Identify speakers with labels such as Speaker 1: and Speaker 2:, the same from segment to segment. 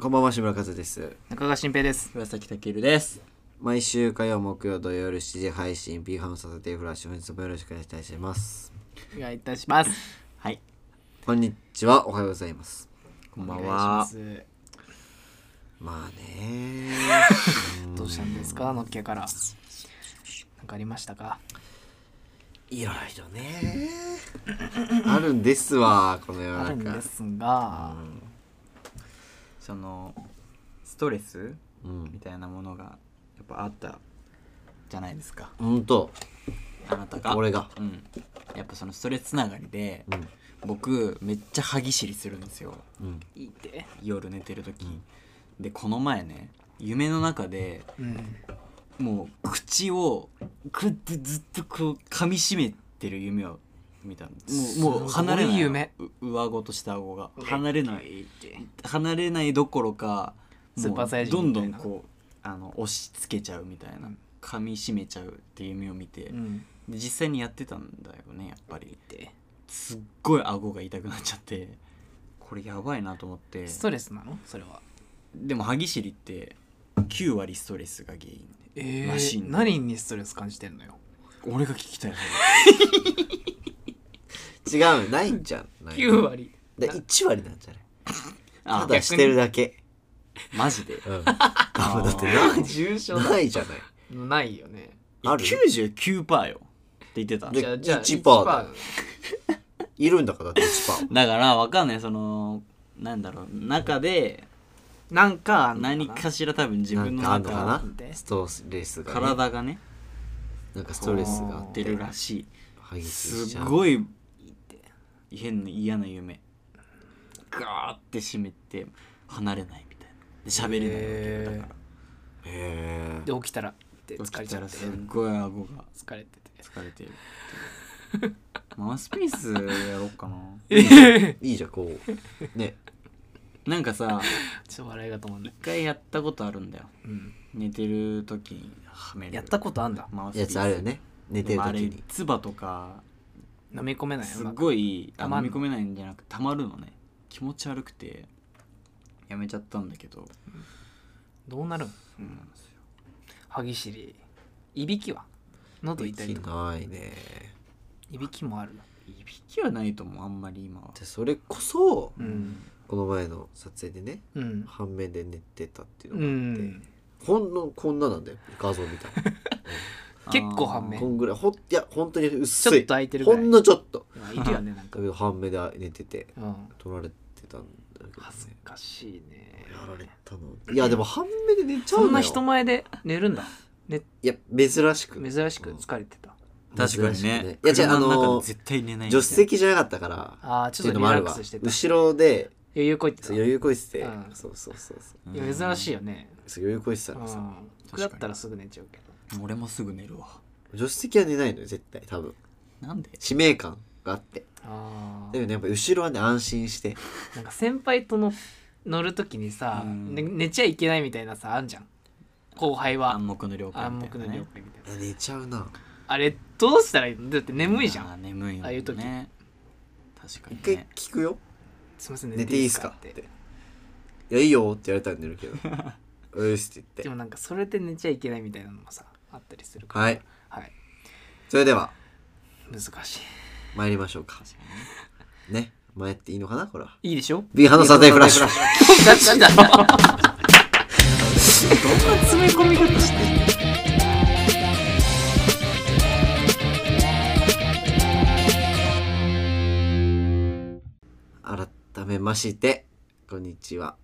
Speaker 1: こんばんは志村和です
Speaker 2: 中川新平です。
Speaker 3: 岩崎健です。
Speaker 1: 毎週火曜木曜土曜夜7時配信 B ハムサタデーフラッシュ本日もよろしくお願いいたします
Speaker 2: お願いいたし ます。
Speaker 3: はい。
Speaker 1: こんにちはおはようございます
Speaker 3: こん
Speaker 2: お
Speaker 3: ば
Speaker 2: 願
Speaker 3: ん
Speaker 2: いし
Speaker 3: は
Speaker 2: ま。す。
Speaker 1: まあね
Speaker 2: どうしたんですか、のっけから。なんかありましたか。
Speaker 1: いろいろねあるんですわこの世の
Speaker 2: あるん
Speaker 1: 中
Speaker 2: ですが、
Speaker 3: そのストレス
Speaker 1: うん
Speaker 3: みたいなものがやっぱあったじゃないですか。
Speaker 1: ほんと
Speaker 3: あなたが。
Speaker 1: 俺が
Speaker 3: うん。やっぱそのストレスつながりで、
Speaker 1: うん
Speaker 3: 僕めっちゃ歯ぎしりするんですよ。
Speaker 1: うん
Speaker 2: いて。
Speaker 3: 夜寝てる時、でこの前ね夢の中で
Speaker 2: うん。
Speaker 3: もう口をくってずっとこう噛みしめてる夢を見たのもうもう離れな
Speaker 2: す
Speaker 3: い
Speaker 2: ごい夢
Speaker 3: う上顎と下顎が離れない離れないどころかもう
Speaker 2: スーパーサイヤ
Speaker 3: ど
Speaker 2: 人
Speaker 3: ん
Speaker 2: みた
Speaker 3: ど
Speaker 2: い
Speaker 3: ん
Speaker 2: な
Speaker 3: こうあの押し付けちゃうみたいな、
Speaker 2: うん
Speaker 3: 噛みしめちゃうっていう夢を見
Speaker 2: う
Speaker 3: て、で
Speaker 2: ん。
Speaker 3: 実際にやってたんだよねやっぱり
Speaker 2: で、
Speaker 3: すっごい顎が痛くなっちゃってこれやばいなと思って
Speaker 2: ストレスなの、それは。
Speaker 3: でも歯ぎしりって9割ストレスが原因で
Speaker 2: え
Speaker 3: らしい
Speaker 2: ー、
Speaker 3: ね
Speaker 2: 何にストレス感じてんのよ。
Speaker 3: 俺が聞きたい
Speaker 1: 違うないんじゃんない
Speaker 2: 九割。
Speaker 1: で1割なんじゃない
Speaker 3: あ
Speaker 1: ただしてるだけ
Speaker 3: マジで
Speaker 1: うん多分だってない
Speaker 2: 重 症だ。
Speaker 1: ないじゃない
Speaker 2: ないよね。
Speaker 1: ある
Speaker 3: 99%よって言ってた
Speaker 1: で
Speaker 2: じゃあ、じゃあ、
Speaker 1: 1%だ
Speaker 2: 1%
Speaker 1: いるんだからだって1%
Speaker 3: だからわかんないそのなんだろう中でなんか何かしら多分自分の
Speaker 1: なんかあんの
Speaker 3: 中
Speaker 1: かなストレスが、ね、
Speaker 3: 体がね
Speaker 1: なんかストレスがあっ
Speaker 3: 出
Speaker 1: て
Speaker 3: るらし
Speaker 1: 激
Speaker 3: い
Speaker 1: しい
Speaker 3: す
Speaker 1: じゃん
Speaker 3: ごい変な嫌な夢ガーって閉めて離れないみたいなで喋れないわけよだか
Speaker 1: へ
Speaker 2: で、起きたら。で、
Speaker 3: ら
Speaker 2: 疲
Speaker 3: 起
Speaker 2: れ
Speaker 3: き
Speaker 2: ち
Speaker 3: た
Speaker 2: ゃ
Speaker 3: ら
Speaker 2: って。
Speaker 3: すっごい顎が
Speaker 2: 疲れてて。
Speaker 3: 疲れてるっていうマウスピースやろうかな
Speaker 1: えいいじゃんこうね
Speaker 3: なんかさ
Speaker 2: ちょっと笑いが止まんない
Speaker 3: 一。回やったことあるんだよ
Speaker 2: うん。
Speaker 3: 寝てる時にはめる
Speaker 2: やったことあんだ。
Speaker 3: マウスピー
Speaker 1: や
Speaker 3: ス
Speaker 1: つあるよね寝てる時
Speaker 3: でもあれ
Speaker 1: に
Speaker 3: 唾とか
Speaker 2: 飲み込めないよ
Speaker 3: す
Speaker 2: な。
Speaker 3: ごいあ
Speaker 2: たまん
Speaker 3: 飲
Speaker 2: の
Speaker 3: み込めないんじゃなくてたまるのね気持ち悪くてやめちゃったんだけど
Speaker 2: どうなるん
Speaker 3: そうなんですよ
Speaker 2: 歯ぎしりいびきは喉痛いとか
Speaker 1: ないね
Speaker 2: いびきもある
Speaker 3: いびきはないともあんまり今は
Speaker 1: でそれこそ
Speaker 2: うん
Speaker 1: この前の撮影でね
Speaker 2: うん
Speaker 1: 半面で寝てたっていう
Speaker 2: う
Speaker 1: のが、
Speaker 2: ん
Speaker 1: ほんのこんななんだよ画像見た ら
Speaker 2: 結構半面
Speaker 1: こんぐらいほんいや本当に
Speaker 2: ち
Speaker 1: 薄
Speaker 2: ょ
Speaker 1: い
Speaker 2: っと空いてるぐ
Speaker 1: ほ
Speaker 2: らい
Speaker 1: んのちょっと
Speaker 2: いやいるよねなん
Speaker 1: だ
Speaker 2: か
Speaker 1: けど半面で寝てて
Speaker 2: うん
Speaker 1: 撮られてたんだけど、ね、
Speaker 2: 恥ずかしいね
Speaker 1: やられたのいやでも半面で寝ちゃうの
Speaker 2: そ
Speaker 1: よ
Speaker 2: んな人前で寝るんだ
Speaker 1: いや珍しく
Speaker 2: 珍しく疲れてた
Speaker 3: 確かにね
Speaker 1: いや違うあ
Speaker 3: 車の中
Speaker 1: の
Speaker 3: 絶対寝ない
Speaker 1: 助手席じゃなかったから
Speaker 2: ああ
Speaker 1: っ
Speaker 2: ち
Speaker 1: ていう
Speaker 2: ょっと
Speaker 1: のも
Speaker 2: リ
Speaker 1: あ
Speaker 2: ラ
Speaker 1: る
Speaker 2: ック
Speaker 1: わ
Speaker 2: スしてた
Speaker 1: 後ろで
Speaker 2: 余裕こいって
Speaker 1: そう
Speaker 2: たい
Speaker 1: 余裕こいてて、
Speaker 2: うん
Speaker 1: そうそうそうそう
Speaker 2: や珍しい
Speaker 3: い
Speaker 2: よね
Speaker 1: そう余裕こいてた
Speaker 2: う
Speaker 1: らさ、
Speaker 2: ん僕だったらすぐ寝ちゃうけど
Speaker 3: 俺もすぐ寝るわ
Speaker 1: 助手席は寝ないのよ絶対多分
Speaker 3: なんで
Speaker 1: 使命感があって
Speaker 2: あ
Speaker 1: だけ
Speaker 2: あ
Speaker 1: どねやっぱ後ろはね安心して
Speaker 2: なんか先輩との乗るときにさ
Speaker 3: うん
Speaker 2: ね寝ちゃいけないみたいなさあんじゃん後輩は
Speaker 3: 暗黙の了解
Speaker 2: 暗
Speaker 3: みた
Speaker 2: 黙
Speaker 3: いな
Speaker 2: の
Speaker 3: ね
Speaker 2: 了解みたい
Speaker 1: あ
Speaker 2: な
Speaker 1: 寝ちゃうな
Speaker 2: あれどうしたらいいのだって眠いじゃ
Speaker 3: あー
Speaker 2: ん
Speaker 3: 眠いよね
Speaker 2: ああいう時
Speaker 3: 確か
Speaker 1: 一
Speaker 3: に
Speaker 1: 回
Speaker 3: ね
Speaker 1: 聞くよ
Speaker 2: すいません
Speaker 1: 寝ていいっすか
Speaker 2: っ
Speaker 1: って
Speaker 2: て
Speaker 1: いやいいよって言われたら寝るけど 「うーし」って
Speaker 2: で
Speaker 1: 言っ
Speaker 2: も
Speaker 1: て
Speaker 2: なんかそれで寝ちゃいけないみたいなのもさあったりするから
Speaker 1: はい
Speaker 2: はい
Speaker 1: それでは
Speaker 2: 難し
Speaker 1: 参りましょうか
Speaker 3: 確かにね
Speaker 1: ね前っていいのかなこれはい
Speaker 2: いいでしょ
Speaker 1: B ハのサタイフラッシュ
Speaker 2: ガチだどんな詰め込 み方してんの
Speaker 1: 改めましてこんにちは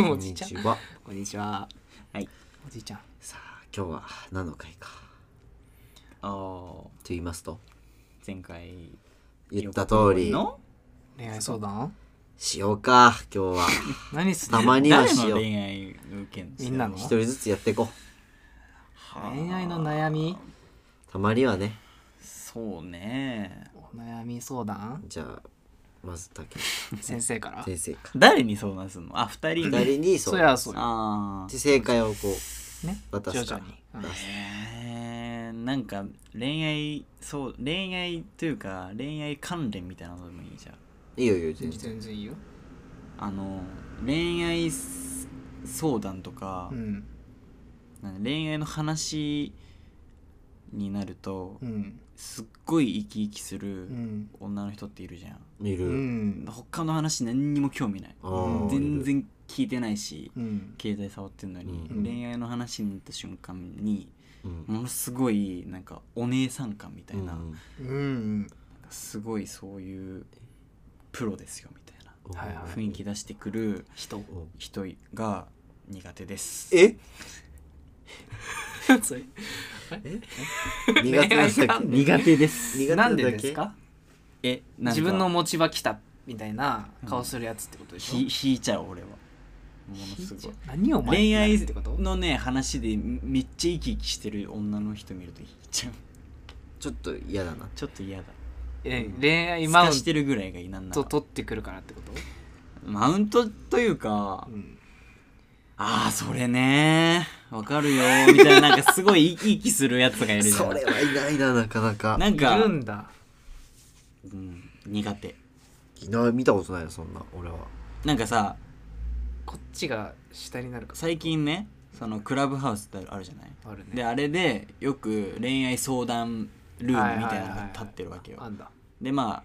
Speaker 2: お
Speaker 1: こん
Speaker 2: じい
Speaker 1: に
Speaker 2: ちゃん
Speaker 1: ちは
Speaker 3: こんにちは。はい。
Speaker 2: おじいちゃん
Speaker 1: さあ今日は何の回か
Speaker 3: あー
Speaker 1: と言いますと
Speaker 3: 前回
Speaker 1: 言った通り
Speaker 3: の
Speaker 2: 恋愛相談
Speaker 1: しようか今日は
Speaker 2: 何すん
Speaker 1: たまには
Speaker 3: 誰
Speaker 1: し
Speaker 3: の
Speaker 1: よう
Speaker 3: 恋愛の受けん
Speaker 2: みんなの
Speaker 1: 一人ずつやっていこう
Speaker 2: 恋愛の悩み
Speaker 1: たまにはね
Speaker 3: そうね。
Speaker 2: お悩み相談
Speaker 1: じゃあまず竹
Speaker 2: 先生 から
Speaker 1: 先生か
Speaker 3: 誰に相談するのあ、二人
Speaker 1: 誰にそ
Speaker 2: そうりゃそうよ
Speaker 3: あ
Speaker 1: で
Speaker 3: ー
Speaker 1: 正解をこ
Speaker 2: ね
Speaker 1: う渡
Speaker 2: 徐
Speaker 1: すから
Speaker 2: 々にうん
Speaker 3: えー、なんか恋愛、そう、恋愛というか恋愛関連みたいなのでもいいじゃん。
Speaker 1: いいよいいよ全然
Speaker 2: 全然いいよ
Speaker 3: あの恋愛相談とか
Speaker 2: う、ん
Speaker 3: なんか恋愛の話になると、
Speaker 2: うん
Speaker 3: すっごい生き生きす
Speaker 2: う
Speaker 3: る
Speaker 2: ん
Speaker 3: 女の人っているじゃん、
Speaker 1: 見
Speaker 2: う
Speaker 1: る。
Speaker 2: ん
Speaker 3: 他の話何にも興味ない
Speaker 1: あー
Speaker 3: 全。然聞いてないし
Speaker 2: うん
Speaker 3: 携帯触ってんのに、
Speaker 2: うん
Speaker 3: 恋愛の話になった瞬間に
Speaker 1: うん
Speaker 3: ものすごいなんかお姉さん感みたいな,、
Speaker 1: うん
Speaker 2: うん
Speaker 3: すごいそういうプロですよみたいな
Speaker 1: うん
Speaker 2: はいはい
Speaker 3: 雰囲気出してくる
Speaker 2: 人
Speaker 1: うん
Speaker 3: 人が苦手です
Speaker 1: え
Speaker 2: それ
Speaker 1: 苦手な人
Speaker 2: 恋愛感
Speaker 3: 苦手です
Speaker 1: 苦手
Speaker 2: な
Speaker 1: なんだけ
Speaker 2: でですか
Speaker 3: えなんか
Speaker 2: 自分の持ち場来たみたいな顔するやつってことでしょ、
Speaker 3: ひ引いちゃう俺はものすごい
Speaker 2: 何を
Speaker 3: 恋愛
Speaker 2: ってこと
Speaker 3: のね話でめっちゃ生き生きしてる女の人見ると引いちゃう
Speaker 1: ちょっと嫌だな。
Speaker 3: ちょっと嫌だ
Speaker 2: え恋愛
Speaker 3: 透
Speaker 2: マウ
Speaker 3: か
Speaker 2: ン
Speaker 3: してるぐらいがいいなんな
Speaker 2: ト
Speaker 3: ら
Speaker 2: 取ってくるからってこと、
Speaker 3: マウントというか、
Speaker 2: うん、
Speaker 3: ああそれねわかるよみたいななんかすごい生き生きするやつがい るじゃ
Speaker 1: そ
Speaker 3: ん
Speaker 1: れはいないな、なかなか。
Speaker 3: なん
Speaker 2: い
Speaker 3: か、
Speaker 2: るんだ
Speaker 3: うん、苦手
Speaker 1: いない見たことないよ、そんな、俺は。
Speaker 3: なんかさ
Speaker 2: こっちが下になるから
Speaker 3: 最近ねそのクラブハウスってあるじゃない
Speaker 2: あるね
Speaker 3: であれでよく恋愛相談ルームみたいなのが立ってるわけよ、
Speaker 2: あんだ
Speaker 3: でまあ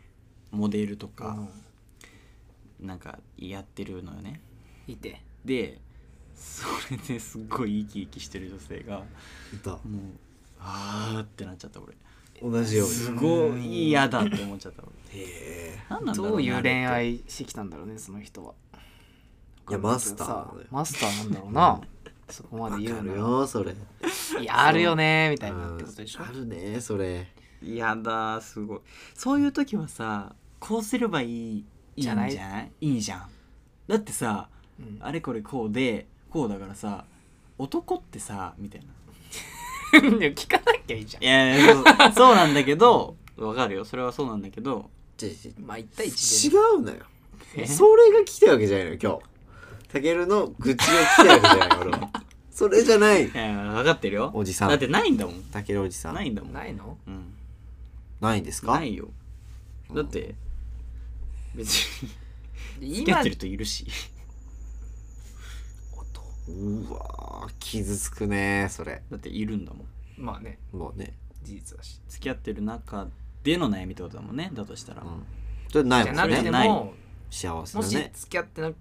Speaker 3: モデルと
Speaker 2: う
Speaker 3: か
Speaker 2: ん
Speaker 3: なんかやってるのよね
Speaker 2: いて
Speaker 3: でそれですっごい生き生きしてる女性が
Speaker 1: いた。
Speaker 3: もうあーってなっちゃった俺
Speaker 1: 同じよう
Speaker 3: す
Speaker 1: に。
Speaker 3: ごい嫌だって思っちゃった
Speaker 1: へえ。
Speaker 3: 俺なんなんだろ
Speaker 2: どういう恋
Speaker 3: なあれって
Speaker 2: 愛してきたんだろうねその人はい
Speaker 1: やマスターなのよ
Speaker 2: マスターなんだろうなそこま
Speaker 1: わ
Speaker 2: で言
Speaker 1: か
Speaker 2: う
Speaker 1: る
Speaker 2: の
Speaker 1: よ、それ。
Speaker 2: やあるよねみ
Speaker 1: う
Speaker 2: たいなっ
Speaker 1: ん
Speaker 2: てことでしょ
Speaker 1: あるね、それ。
Speaker 3: 嫌だすごいそういう時はさこうすればいいいいんじゃない
Speaker 2: じ
Speaker 3: い
Speaker 2: ゃ
Speaker 3: いじゃんだってさ
Speaker 2: うん
Speaker 3: あれこれこうでこうだからさ男ってさみたいな
Speaker 2: でも聞かなきゃいいじゃん
Speaker 3: いやいやそうそうなんだけどわかるよそれはそうなんだけど
Speaker 1: ちょちょ
Speaker 2: まあ一対一
Speaker 1: 違
Speaker 2: で
Speaker 1: うのよ
Speaker 3: え。
Speaker 1: それが聞きたいわけじゃないのよ、今日。たけるの愚痴が聞きたいわけじゃない、俺は。それじゃない
Speaker 3: い。や分かってるよ
Speaker 1: おじさ
Speaker 3: だっ
Speaker 1: ん。
Speaker 3: てないんだもん
Speaker 1: たけるおじさん。
Speaker 3: ないんだもん
Speaker 2: ないの
Speaker 3: うん
Speaker 1: ないんですか
Speaker 3: ないよだって別に
Speaker 2: で
Speaker 3: 付き合っ
Speaker 2: 今
Speaker 3: てる人いるし
Speaker 1: うわー傷つくねそれ
Speaker 3: だっているんだもん
Speaker 2: まあね
Speaker 1: もうね
Speaker 2: 事実だし
Speaker 3: 付き合ってる中での悩みってことだもんねだとしたら、
Speaker 1: うんそれない
Speaker 2: じゃ
Speaker 1: も
Speaker 2: なんくて
Speaker 1: ね
Speaker 3: な
Speaker 2: も
Speaker 1: 幸せ
Speaker 2: も
Speaker 1: だ
Speaker 2: し
Speaker 1: ね
Speaker 2: 付き合ってな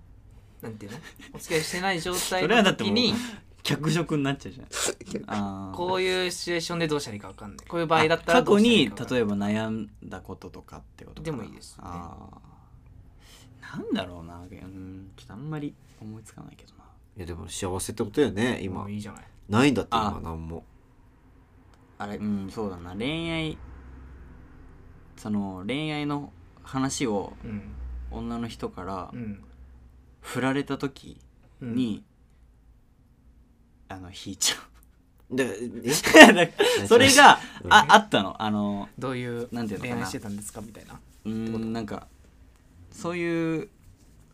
Speaker 2: なん ていうのお付き合いしてない状態
Speaker 3: それはだ
Speaker 2: の
Speaker 3: っても
Speaker 2: 時
Speaker 3: う
Speaker 2: に
Speaker 3: 脚色になっちゃうじゃんあー
Speaker 2: こういうシチュエーションでどうしたらいいか分かんないこういう場合だったら
Speaker 3: 過去に
Speaker 2: え
Speaker 3: 例えば悩んだこととかってことかな
Speaker 2: でもいいですね
Speaker 3: あーなんだろうなうんちょっとあんまり思いつかないけどない
Speaker 1: やでも幸せってことよね今
Speaker 2: いいじゃない
Speaker 1: ないんだって今
Speaker 3: あ
Speaker 1: 何も
Speaker 3: あれうんそうだな恋愛その恋愛の話を
Speaker 2: うん
Speaker 3: 女の人から
Speaker 2: うん
Speaker 3: 振られた時
Speaker 2: うん
Speaker 3: に、あの引いちゃ
Speaker 1: でえ
Speaker 3: う それが
Speaker 1: うん
Speaker 3: ああったのあの
Speaker 2: どういう
Speaker 3: なんていうのか
Speaker 2: 恋
Speaker 3: な
Speaker 2: 愛してたんですかみたいな
Speaker 3: うーんなんかそういう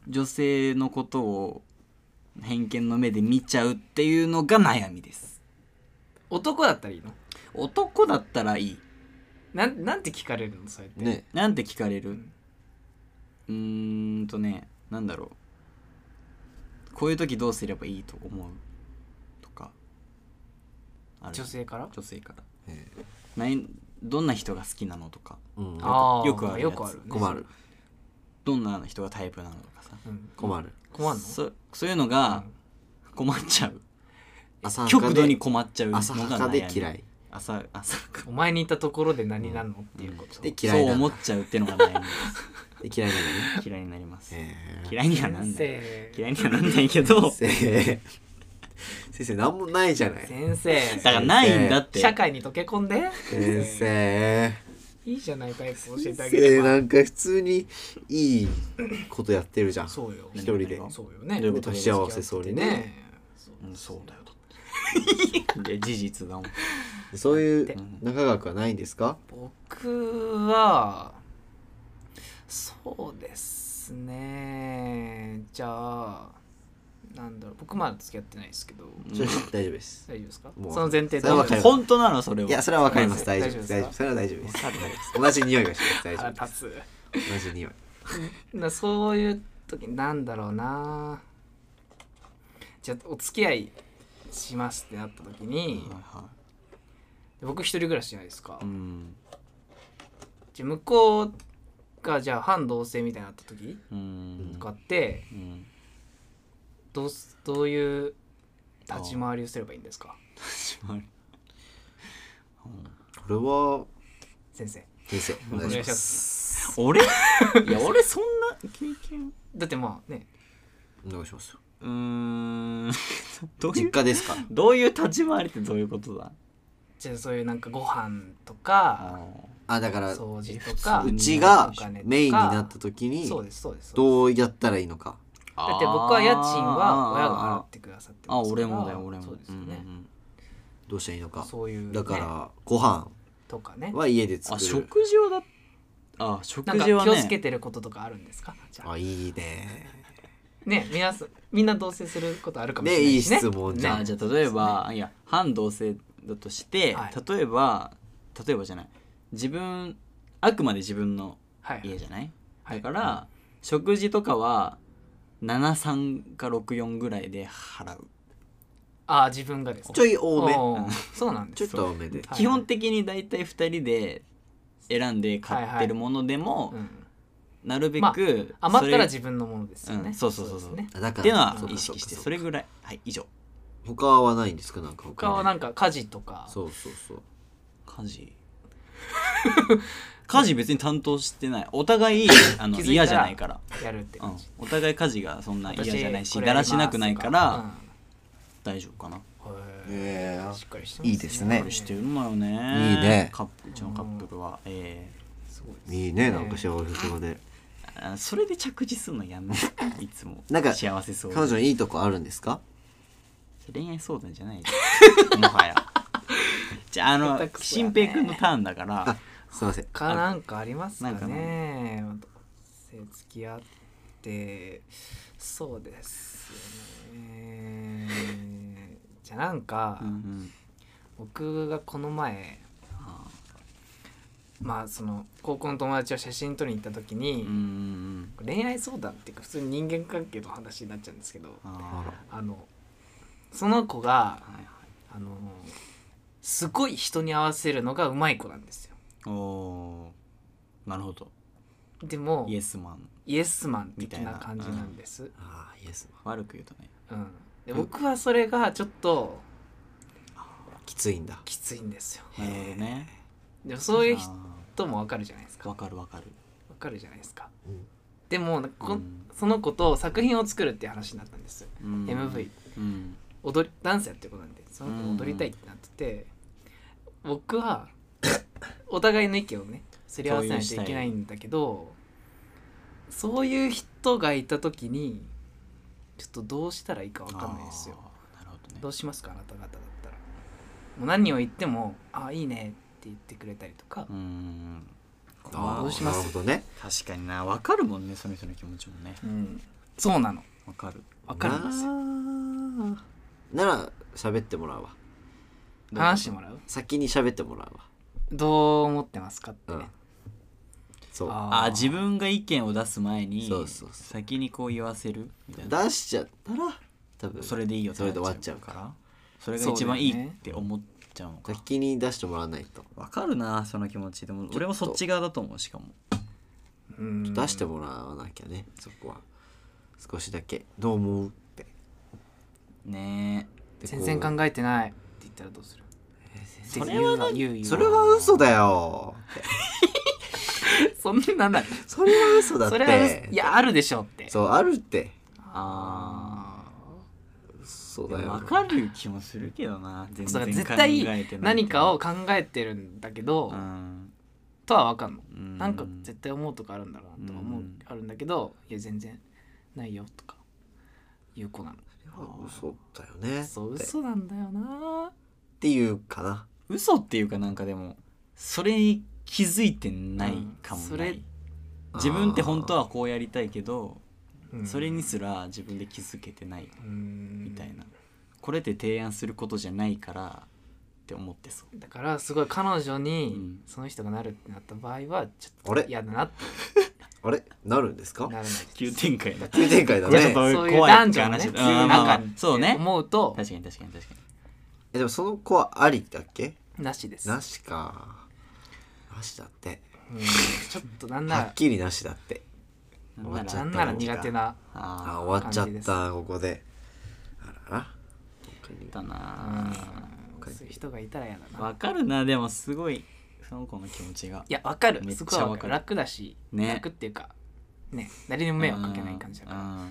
Speaker 3: 女性のことを偏見の目で見ちゃうっていうのが悩みです
Speaker 2: 男だったらいいの
Speaker 3: 男だったらいい
Speaker 2: なんなんて聞かれるのそうやって
Speaker 1: ね
Speaker 3: なんて聞かれ
Speaker 2: う
Speaker 3: る
Speaker 2: ん
Speaker 3: うーんとねなんだろうこういう時どうすればいいと思うとかある
Speaker 2: 女性から
Speaker 3: 女性から
Speaker 1: ええ
Speaker 3: ないどんな人が好きなのとか
Speaker 1: うん
Speaker 2: あー
Speaker 3: よくあるやつ
Speaker 2: よくあるね
Speaker 1: 困る
Speaker 3: どんな人がタイプなのとかさ
Speaker 2: うん
Speaker 1: 困る
Speaker 2: 困んの
Speaker 3: そそういうのが困っちゃう
Speaker 1: 浅はかで
Speaker 3: 極度に困っちゃうのが
Speaker 1: 浅はかで
Speaker 3: 悩み
Speaker 1: 嫌い
Speaker 3: 朝朝か
Speaker 2: お前にいたところで何なのっていうこと
Speaker 1: で嫌い
Speaker 3: そう
Speaker 1: な
Speaker 3: 思
Speaker 1: の
Speaker 3: っちゃうってのが悩みで
Speaker 1: で嫌いなのね
Speaker 3: す 嫌いになります
Speaker 1: ええ
Speaker 3: 嫌いにはなんない
Speaker 2: 先生
Speaker 3: 嫌いにはなんないけどだか
Speaker 1: 先生先生何もないじゃない
Speaker 2: 先生
Speaker 3: らないんだって
Speaker 2: 社会に溶け込んで
Speaker 1: 先生
Speaker 2: いいじゃないタイプ教
Speaker 1: 先
Speaker 2: えてあげれ
Speaker 1: 生
Speaker 2: ば
Speaker 1: なんか普通にいいことやってるじゃん
Speaker 2: そうよ
Speaker 1: 一人で
Speaker 2: そうよね
Speaker 3: どういうこと
Speaker 1: 幸せそうにね
Speaker 3: うんそうだよだっていや事実だもん
Speaker 1: そうい
Speaker 2: だっ
Speaker 1: う中学はないんですか
Speaker 2: 僕はそうですねじゃあなんだろう僕まだ付き合ってないですけど
Speaker 1: それ大丈夫です
Speaker 2: 大丈夫ですか
Speaker 1: もう
Speaker 2: その前提
Speaker 1: それは分かる
Speaker 3: 本当なのそれはい
Speaker 1: や、それはわかります。
Speaker 2: 大
Speaker 1: 大
Speaker 2: 丈
Speaker 1: 丈夫
Speaker 2: 夫
Speaker 1: です。大丈
Speaker 2: 大丈夫
Speaker 1: 夫。それは大丈夫です。
Speaker 2: わかる
Speaker 1: 同じ匂いがします。大丈夫
Speaker 2: 腹
Speaker 1: で
Speaker 2: 立つ
Speaker 1: す。同じ匂い。
Speaker 2: なそういう時なんだろうなじゃあお付き合いしますってなった時に、
Speaker 3: はいは
Speaker 2: 僕一人暮らしじゃないですか、
Speaker 3: いうん
Speaker 2: じゃあ向こうがじゃあ反同性みたいになった時
Speaker 3: うん
Speaker 2: とかって
Speaker 3: うん
Speaker 2: どうすどういう立ち回りをすればいいんですか
Speaker 3: 始まる
Speaker 1: れは
Speaker 2: 先生
Speaker 1: 先生お願いします
Speaker 2: す
Speaker 3: 俺いや俺そんな経験
Speaker 2: だってまあね
Speaker 1: お願いします
Speaker 3: うーん どうい
Speaker 1: 実
Speaker 3: う
Speaker 1: 家ですか
Speaker 3: どういう立ち回りってどういうことだ
Speaker 2: じゃあそういうなんかご飯とか
Speaker 1: あだから
Speaker 2: 掃除とか
Speaker 1: うちが
Speaker 2: お金とか
Speaker 1: メインになった時に
Speaker 2: そうですそうですそうです
Speaker 1: どうやったらいいのか
Speaker 2: だって僕は家賃は親が払ってくださって
Speaker 3: あーあ
Speaker 2: ますから
Speaker 3: 俺もだよ俺も
Speaker 2: そうですよね
Speaker 3: うんうんうん
Speaker 1: どうしたらいいのか
Speaker 2: そういうね
Speaker 1: だからご飯
Speaker 2: とかね
Speaker 1: は家で作
Speaker 3: あ
Speaker 1: る
Speaker 3: 食事をだあ食
Speaker 2: なんか
Speaker 3: 事は
Speaker 2: 気をつけ
Speaker 3: ね
Speaker 2: てることとかあるんですかじゃあ
Speaker 1: あいいね
Speaker 2: ね皆さんみんな同棲することあるかもしれ
Speaker 1: ね
Speaker 2: ない
Speaker 1: い
Speaker 2: しね
Speaker 1: 質問じゃ
Speaker 3: あ
Speaker 1: ん
Speaker 3: じゃあ例えば、いや反同性だとして、
Speaker 2: はい
Speaker 3: 例えば例えばじゃない自分あくまで自分の
Speaker 2: はい
Speaker 3: 家じゃない、
Speaker 2: はい
Speaker 3: だから、食事とかは73か64ぐらいで払う、
Speaker 2: ああ自分がです
Speaker 1: ちょい多め
Speaker 2: おーそうなん
Speaker 1: ちょ
Speaker 2: で
Speaker 1: っ
Speaker 2: す
Speaker 1: と多めで
Speaker 2: はい
Speaker 3: 基本的に大体2人で選んで買ってるものでも、
Speaker 2: うん
Speaker 3: なるべ
Speaker 2: まあ
Speaker 3: く、
Speaker 2: 余ったら
Speaker 3: そ
Speaker 2: 自分のものですよ
Speaker 3: う
Speaker 2: ね
Speaker 3: んそうそうそうそ
Speaker 2: で
Speaker 3: う
Speaker 2: すね
Speaker 1: あだ
Speaker 3: れ
Speaker 1: か
Speaker 3: っていうの
Speaker 1: ら
Speaker 3: は
Speaker 1: そうか
Speaker 3: 意識して
Speaker 1: そう
Speaker 3: そ
Speaker 1: か
Speaker 3: れぐらいはい以上
Speaker 1: 他はないんですかなんか
Speaker 2: 他は
Speaker 1: に
Speaker 2: なんか家事とか
Speaker 1: そうそうそう
Speaker 3: 家事 家事別に担当してないお互いあの
Speaker 2: 気づいたら
Speaker 3: 嫌じゃないから、
Speaker 2: やるって
Speaker 3: うん
Speaker 2: 感じ、
Speaker 3: お互い家事がそんな嫌じゃない
Speaker 2: 私こ
Speaker 3: し
Speaker 2: れ
Speaker 3: だらしなくないから
Speaker 2: や
Speaker 3: 大丈夫かな
Speaker 2: りますとかうんへ
Speaker 1: え
Speaker 2: ーしっかりしてます
Speaker 1: いいですね
Speaker 3: これしてるのよねいい
Speaker 1: ね
Speaker 3: カップうちのカップルは、え
Speaker 2: すごいです
Speaker 1: いいねなんか幸せそうで
Speaker 3: ーあそれで着地するのやめ いつも
Speaker 1: なんか
Speaker 3: 幸せそう
Speaker 1: 彼女のいいとこあるんですか
Speaker 3: 恋愛相談じゃないもはやじゃああ
Speaker 2: 下手
Speaker 3: の
Speaker 2: くそやね
Speaker 3: 新平君のターンだから
Speaker 1: あすいません
Speaker 2: かなんかありますか
Speaker 3: なんか
Speaker 2: ね同棲付き合ってそうですよねじゃあなんか、
Speaker 3: うんうん
Speaker 2: 僕がこの前
Speaker 3: あ
Speaker 2: まあその高校の友達を写真撮りに行った時
Speaker 3: ー
Speaker 2: に
Speaker 3: うんう、ん
Speaker 2: 恋愛相談っていうか普通に人間関係の話になっちゃうんですけど
Speaker 3: うん
Speaker 1: あ
Speaker 3: あ
Speaker 1: ら
Speaker 2: あのその子が
Speaker 3: ーはいは
Speaker 2: あのすごい人に合わせるのがうまい子なんですよ
Speaker 3: いおーなるほど
Speaker 2: でも
Speaker 3: イエスマン
Speaker 2: イエスマン的
Speaker 3: みたい
Speaker 2: な
Speaker 3: な
Speaker 2: 感じなんです、
Speaker 1: あーイエス
Speaker 3: 悪く言うとね
Speaker 2: うん、で
Speaker 1: うん
Speaker 2: 僕はそれがちょっと
Speaker 1: きついんだ
Speaker 2: きついんですよ
Speaker 3: なるほどね
Speaker 2: でもそういう
Speaker 3: あ
Speaker 2: 人もわかるじゃないです
Speaker 3: ー
Speaker 2: か
Speaker 3: わ
Speaker 2: わ
Speaker 3: かるわかる
Speaker 2: かるじゃないですか
Speaker 1: うん
Speaker 2: でもなんかこ
Speaker 3: うん
Speaker 2: その子と作品を作るっていう話になったんです、
Speaker 3: うん
Speaker 2: MV
Speaker 3: うん
Speaker 2: 踊りダンスやってる子なんでその子が踊りたいってなってて、僕はお互いの意見をねすり合わせないといけないんだけどそういう人がいた時にちょっとどうしたらいいかわかんないですよ
Speaker 3: あーなるほどね
Speaker 2: どうしますかあなた方だったらもう何を言っても「あいいね」って言ってくれたりとか、
Speaker 3: うーん
Speaker 1: あー
Speaker 2: どうします
Speaker 1: なるほどね
Speaker 3: 確かになわかるもんねその人の気持ちもね
Speaker 2: うんそうなの
Speaker 3: わかる
Speaker 2: わかるんですよ
Speaker 1: よなら喋ってもらうわ
Speaker 2: 話してもらう
Speaker 1: 先に喋ってもらうわ
Speaker 2: どう思ってますかって、
Speaker 1: うんそう
Speaker 3: あー自分が意見を出す前に
Speaker 1: そうそうそう
Speaker 3: 先にこう言わせるみたいな
Speaker 1: 出しちゃったら多分
Speaker 3: それでいいよって
Speaker 1: それで終わっちゃう
Speaker 3: な
Speaker 1: から
Speaker 3: らそれが一番いいって思っちゃうのか
Speaker 1: 先に出してもらわないと
Speaker 3: わかるなその気持ちでも俺もそっち側だと思うしかも
Speaker 2: うん
Speaker 1: 出してもらわなきゃねそこは少しだけどう思うって
Speaker 3: ね
Speaker 1: で
Speaker 2: 全然
Speaker 1: こ
Speaker 2: 考えてないって言ったらどうする
Speaker 3: それは何
Speaker 2: 言う
Speaker 1: う
Speaker 2: よ
Speaker 1: それは嘘だよ
Speaker 2: そんなない
Speaker 1: それは嘘だっ
Speaker 2: それは
Speaker 1: て
Speaker 2: いやあるでしょうって
Speaker 1: そうあるって
Speaker 3: あ
Speaker 1: 嘘
Speaker 3: ー
Speaker 1: だよ
Speaker 3: わかる気もするけどな全
Speaker 2: そうだ
Speaker 3: 然
Speaker 2: から絶対
Speaker 3: 考えてないけど
Speaker 2: 何かを考えてるんだけど
Speaker 3: うん
Speaker 2: とは分かんの
Speaker 3: うん
Speaker 2: なんか絶対思うとかあるんだろうなとは思
Speaker 3: う
Speaker 2: うんあるんだけどいや全然ないよとかいう子なの
Speaker 1: 嘘だよね
Speaker 2: そう
Speaker 1: って
Speaker 2: 嘘なんだよな
Speaker 1: っていうかな
Speaker 3: 嘘っていうかなんかでもそれに気づいてないかも
Speaker 2: うんそ
Speaker 3: な
Speaker 2: れ
Speaker 3: い自分って本当はこうやりたいけどそれに
Speaker 2: す
Speaker 3: すら自分で気づけてない
Speaker 2: み
Speaker 3: みたいなこれって提案することじゃないからって思ってそう
Speaker 2: だからすごい彼女
Speaker 3: う
Speaker 2: に
Speaker 3: ん
Speaker 2: その人がなるってなった場合はちょっ
Speaker 1: あれ
Speaker 2: と嫌だなって
Speaker 1: あれなるんですか
Speaker 2: ならないです
Speaker 3: 急展開だ
Speaker 1: 急展開だ
Speaker 3: これちょっ
Speaker 1: ね
Speaker 3: と
Speaker 2: そういう
Speaker 3: 怖い
Speaker 2: 男女のね
Speaker 3: 話だ
Speaker 2: そういう
Speaker 3: まあまあ
Speaker 2: 中
Speaker 3: まあそう
Speaker 2: って
Speaker 3: ね
Speaker 2: 思うと
Speaker 3: 確かに確かに確かに
Speaker 1: えでもその子はありだっけ
Speaker 2: なしです
Speaker 1: なしかなしだって
Speaker 2: うんちょっとなん
Speaker 1: は
Speaker 2: な
Speaker 1: っきりなしだって終わ
Speaker 3: な
Speaker 1: っ
Speaker 3: ん
Speaker 1: ち
Speaker 2: ら
Speaker 1: ゃ
Speaker 2: な
Speaker 1: った
Speaker 2: んなら苦手な
Speaker 3: あ
Speaker 1: あ終わっちゃ
Speaker 2: 感じ
Speaker 1: っ
Speaker 2: です
Speaker 1: たここであらら他
Speaker 3: あ
Speaker 1: に
Speaker 3: だ
Speaker 2: う
Speaker 3: なんあ
Speaker 2: そういう人がいたら嫌だな
Speaker 3: わかるなでもすごいその子の気持ちが
Speaker 2: いやわかる
Speaker 3: めっち
Speaker 2: す
Speaker 3: ゃ
Speaker 2: ごいわ
Speaker 3: わ
Speaker 2: か
Speaker 3: か
Speaker 2: る
Speaker 3: る
Speaker 2: 楽だし
Speaker 3: ね
Speaker 2: 楽っていうかね誰にも迷惑かけない感じだから
Speaker 3: ら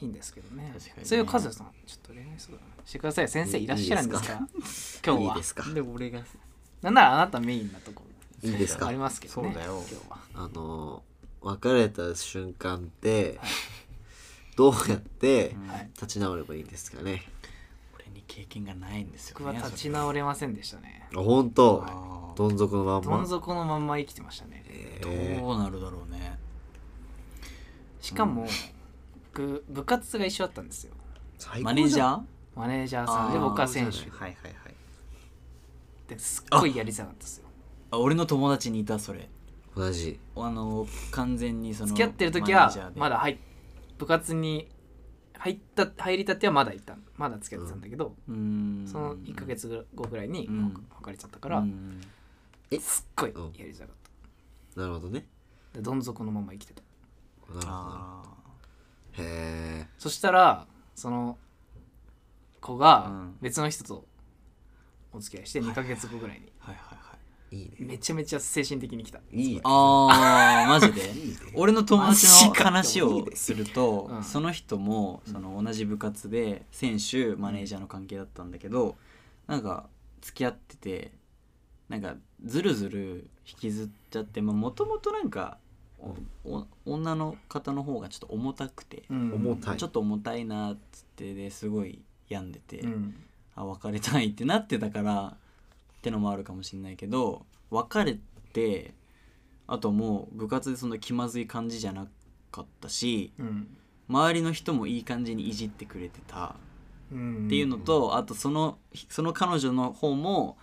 Speaker 2: いいんですけどね
Speaker 3: 確かにね
Speaker 2: そういう和也さんちょっと恋愛相談してください先生いらっしゃるんですか
Speaker 1: い
Speaker 2: 今日
Speaker 1: い
Speaker 2: はい
Speaker 1: ですか
Speaker 3: で俺が
Speaker 2: なんならあなたメインなとこ
Speaker 1: いいです
Speaker 2: あ
Speaker 1: か
Speaker 2: りますけどね
Speaker 3: そうだよ
Speaker 2: 今日は
Speaker 1: あの別れた瞬間ってどうやって
Speaker 2: はい
Speaker 1: 立ち直ればいいんですかね
Speaker 3: 俺に経験がないんですよ
Speaker 2: 僕
Speaker 3: ね
Speaker 2: は立ち
Speaker 3: そ
Speaker 2: 直れませんでしたね
Speaker 1: あ本当
Speaker 3: れは
Speaker 1: どん底のまん
Speaker 2: どん
Speaker 1: ま
Speaker 2: 底のまんま生きてましたね
Speaker 1: え
Speaker 3: どうなるだろうね
Speaker 2: しかも僕部活が一緒だったんですよ
Speaker 1: 最
Speaker 3: マネージ
Speaker 1: ー
Speaker 3: ャー
Speaker 2: マネージャーさんで
Speaker 3: あー
Speaker 2: 僕は選手
Speaker 1: はいはいはい
Speaker 2: ですっごいやりづらかったですよ
Speaker 3: あ俺の友達にいたそれ
Speaker 1: 同じ
Speaker 3: あの完全にその
Speaker 2: 付き合ってる時
Speaker 3: マネージャ
Speaker 2: は
Speaker 3: ーで
Speaker 2: まだ入っ部活に入った入りたてはまだいたまだ付き合ってたんだけど、
Speaker 3: うーん
Speaker 2: その1ヶ月後ぐらいに
Speaker 3: うん
Speaker 2: 別れちゃったから、
Speaker 3: うん
Speaker 1: え
Speaker 2: すっごいやりづらかった
Speaker 1: なるほどね
Speaker 2: でどん底のまま生きてた
Speaker 1: なるほど
Speaker 3: あ
Speaker 1: へえ
Speaker 2: そしたらその子
Speaker 3: う
Speaker 2: が
Speaker 3: ん
Speaker 2: 別の人とお付き合いして2ヶ月後ぐらいに
Speaker 3: ーはいはいはい
Speaker 1: いいね
Speaker 2: めちゃめちゃ精神的に来た
Speaker 1: いいね
Speaker 3: あーマジで
Speaker 1: いいね
Speaker 3: 俺の友達
Speaker 2: マジ
Speaker 3: の
Speaker 2: か
Speaker 3: 話をすると、
Speaker 2: うん
Speaker 3: その人もその同じ部活で選手マネージャーの関係だったんだけどなんか付き合っててなんかずるずる引きずっちゃってもともとなんかおお女の方の方がちょっと重たくて、
Speaker 2: うん
Speaker 1: 重たい
Speaker 3: ちょっと重たいなっつってですごい病んでて、
Speaker 2: うん
Speaker 3: あ別れたいってなってたからってのもあるかもしれないけど別れてあともう部活でその気まずい感じじゃなかったし
Speaker 2: うん
Speaker 3: 周りの人もいい感じにいじってくれてた
Speaker 2: うん
Speaker 3: っていうのと、あとそのその彼女の方も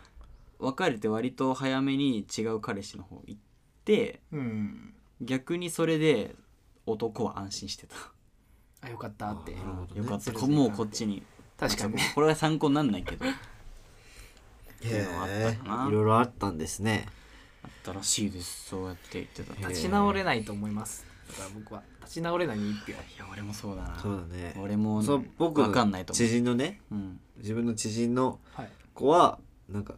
Speaker 3: 別れて割と早めに違う彼氏の方行って
Speaker 2: うん
Speaker 3: 逆にそれで男は安心してた
Speaker 2: あよかったって
Speaker 1: あなるほどね
Speaker 3: よかっ
Speaker 2: ず
Speaker 3: た
Speaker 2: るず
Speaker 3: こ
Speaker 2: るい
Speaker 3: もうこっちに
Speaker 2: 確かにね
Speaker 3: これは参考になんないけ どあっ
Speaker 1: へ
Speaker 3: いうのはあっ
Speaker 1: え
Speaker 3: たかない
Speaker 1: ろいろあったんですね
Speaker 3: たらしいですそうやって言ってた
Speaker 1: へー
Speaker 2: 立ち直れないと思いますだから僕は立ち直れないに一票
Speaker 3: いや俺もそうだな
Speaker 1: そうだね
Speaker 3: 俺も
Speaker 1: そう僕
Speaker 3: わかんない
Speaker 1: の
Speaker 3: と思
Speaker 1: 知人のね
Speaker 3: う、うん、
Speaker 1: 自分の知人の
Speaker 2: はい
Speaker 1: 子はなんか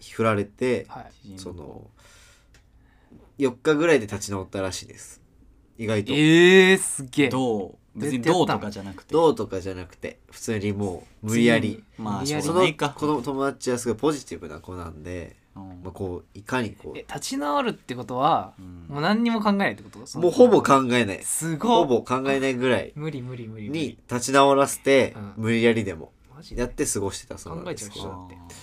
Speaker 1: 振られて、
Speaker 2: はい
Speaker 1: その4日ぐらいで立ち直ったらしいです意外と、
Speaker 2: ええー、すげえ
Speaker 3: どう別に
Speaker 2: 絶対
Speaker 3: ど
Speaker 2: や
Speaker 3: う
Speaker 2: った
Speaker 3: とかじゃなくて
Speaker 1: どうとかじゃなくて普通にもう無理やり
Speaker 3: まあ
Speaker 2: 無理やり
Speaker 3: し
Speaker 1: そ
Speaker 3: ょ
Speaker 1: う
Speaker 3: がな
Speaker 1: の
Speaker 3: いか
Speaker 1: この友達はすごいポジティブな子なんで、
Speaker 3: うん
Speaker 1: まあ、こういかにこ
Speaker 2: え
Speaker 1: う
Speaker 2: 立ち直るってことは、
Speaker 3: うん
Speaker 2: もう何にも考えないってことその
Speaker 1: もうほぼ考えない
Speaker 2: す
Speaker 1: ほ
Speaker 2: ごい
Speaker 1: ぼ考えないぐらい
Speaker 2: 無理無理無理無
Speaker 1: に
Speaker 2: 理
Speaker 1: 立ち直らせて
Speaker 2: うん
Speaker 1: 無理やりでも
Speaker 2: マジで
Speaker 1: やって過ごしてたそうなんですけ
Speaker 2: 考えちゃ
Speaker 1: ど
Speaker 2: う人だって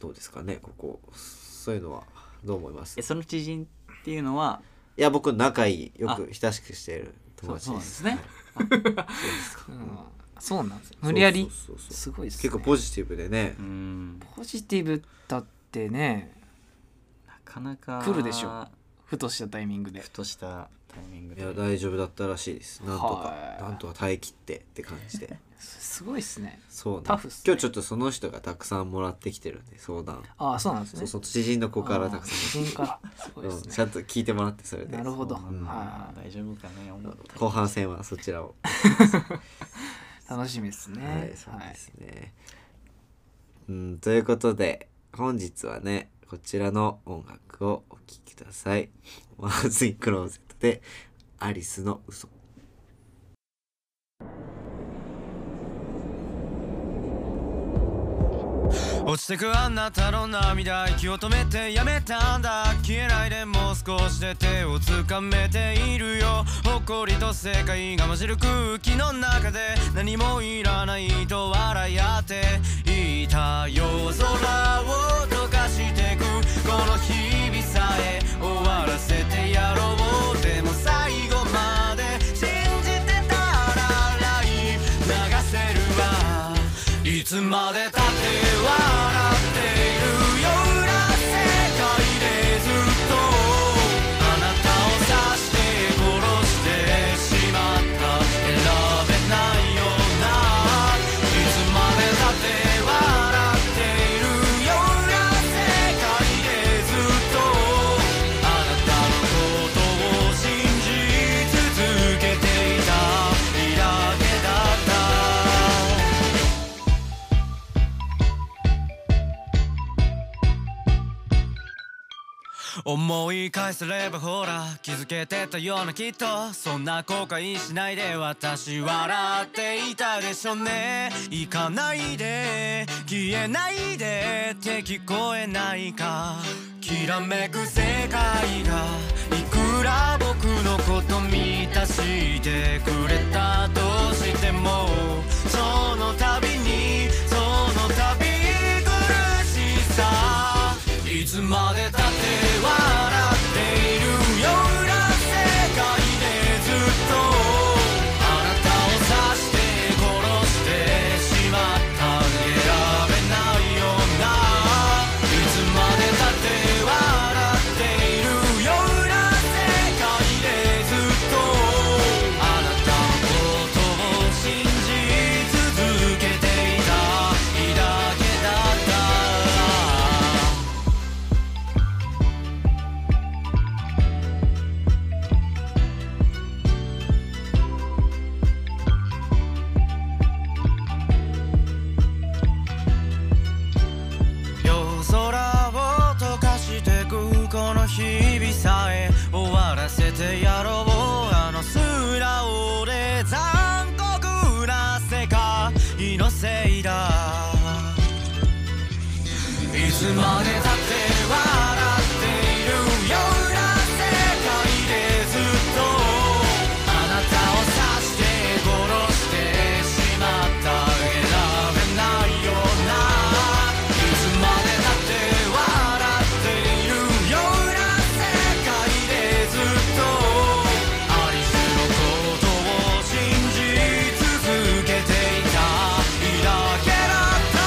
Speaker 1: どうですかねここそういうのはどう思います
Speaker 3: えその知人っていうのはい
Speaker 1: や僕仲いいよく親しくしている友達です
Speaker 3: そうなんですね
Speaker 2: うん、そうなんですよ無理やり
Speaker 1: そうそうそうそう
Speaker 2: すごいっす、ね、
Speaker 1: 結構ポジティブでね
Speaker 3: うん
Speaker 2: ポジティブだってね
Speaker 3: なかなか
Speaker 2: 来るでしょふとしたタイミングで
Speaker 3: ふとしたタイミング
Speaker 1: い
Speaker 3: で
Speaker 1: や大丈夫だったらしいですなんとか
Speaker 2: はい
Speaker 1: なんとか耐え切ってって感じ です
Speaker 2: ごいっすね
Speaker 1: そうなん
Speaker 2: タフっすね
Speaker 1: 今日ちょっとその人がたくさんもらってきてるんで相談
Speaker 2: ああそうなんですね
Speaker 1: そうそう知人の子からたくさん
Speaker 2: んからすごいっ
Speaker 1: うん
Speaker 2: すね
Speaker 1: ちゃんと聞いてもらってそれで
Speaker 2: なるほど、
Speaker 3: そうなんだ
Speaker 2: は
Speaker 3: 大丈夫かね思った
Speaker 1: 後半戦はそちらを
Speaker 2: い楽しみですね
Speaker 1: はい、そう
Speaker 2: はい
Speaker 1: ですね。うん、ということで、本日はね、こちらの音楽をお聴きください。 マーズインクローゼットで、アリスの嘘。
Speaker 4: 落ちてくあなたの涙息を止めてやめたんだ消えないでもう少しで手をつかめているよ誇りと世界が混じる空気の中で何もいらないと笑い合っていた夜空を溶かしてくこの日々さえ終わらせてやろうでも最後まで信じてたらライフ流せるわいつまでたって笑っているような世界でずっとあなたを指してこ思い返せればほら気づけてたようなきっとそんな後悔しないで私笑っていたでしょうね行かないで消えないでって聞こえないかきらめく世界がいくら僕のこと満たしてくれたとしてもその度にその度苦しさいつまでたって笑っているような世界でずっとあなたを刺して殺してしまった選べないようないつまでたって笑っているような世界でずっとあなたのことを信じ続けていたいいだけだった夜空を溶かしてくこの日々さえ終わらせてやろうあの素直で残酷な世界のせいだいつまでたって笑っているような世界でずっとあなたを刺して殺してしまった選べないようないつまでたって笑っているような世界でずっとありしのことを信じ続けていたいいだけだった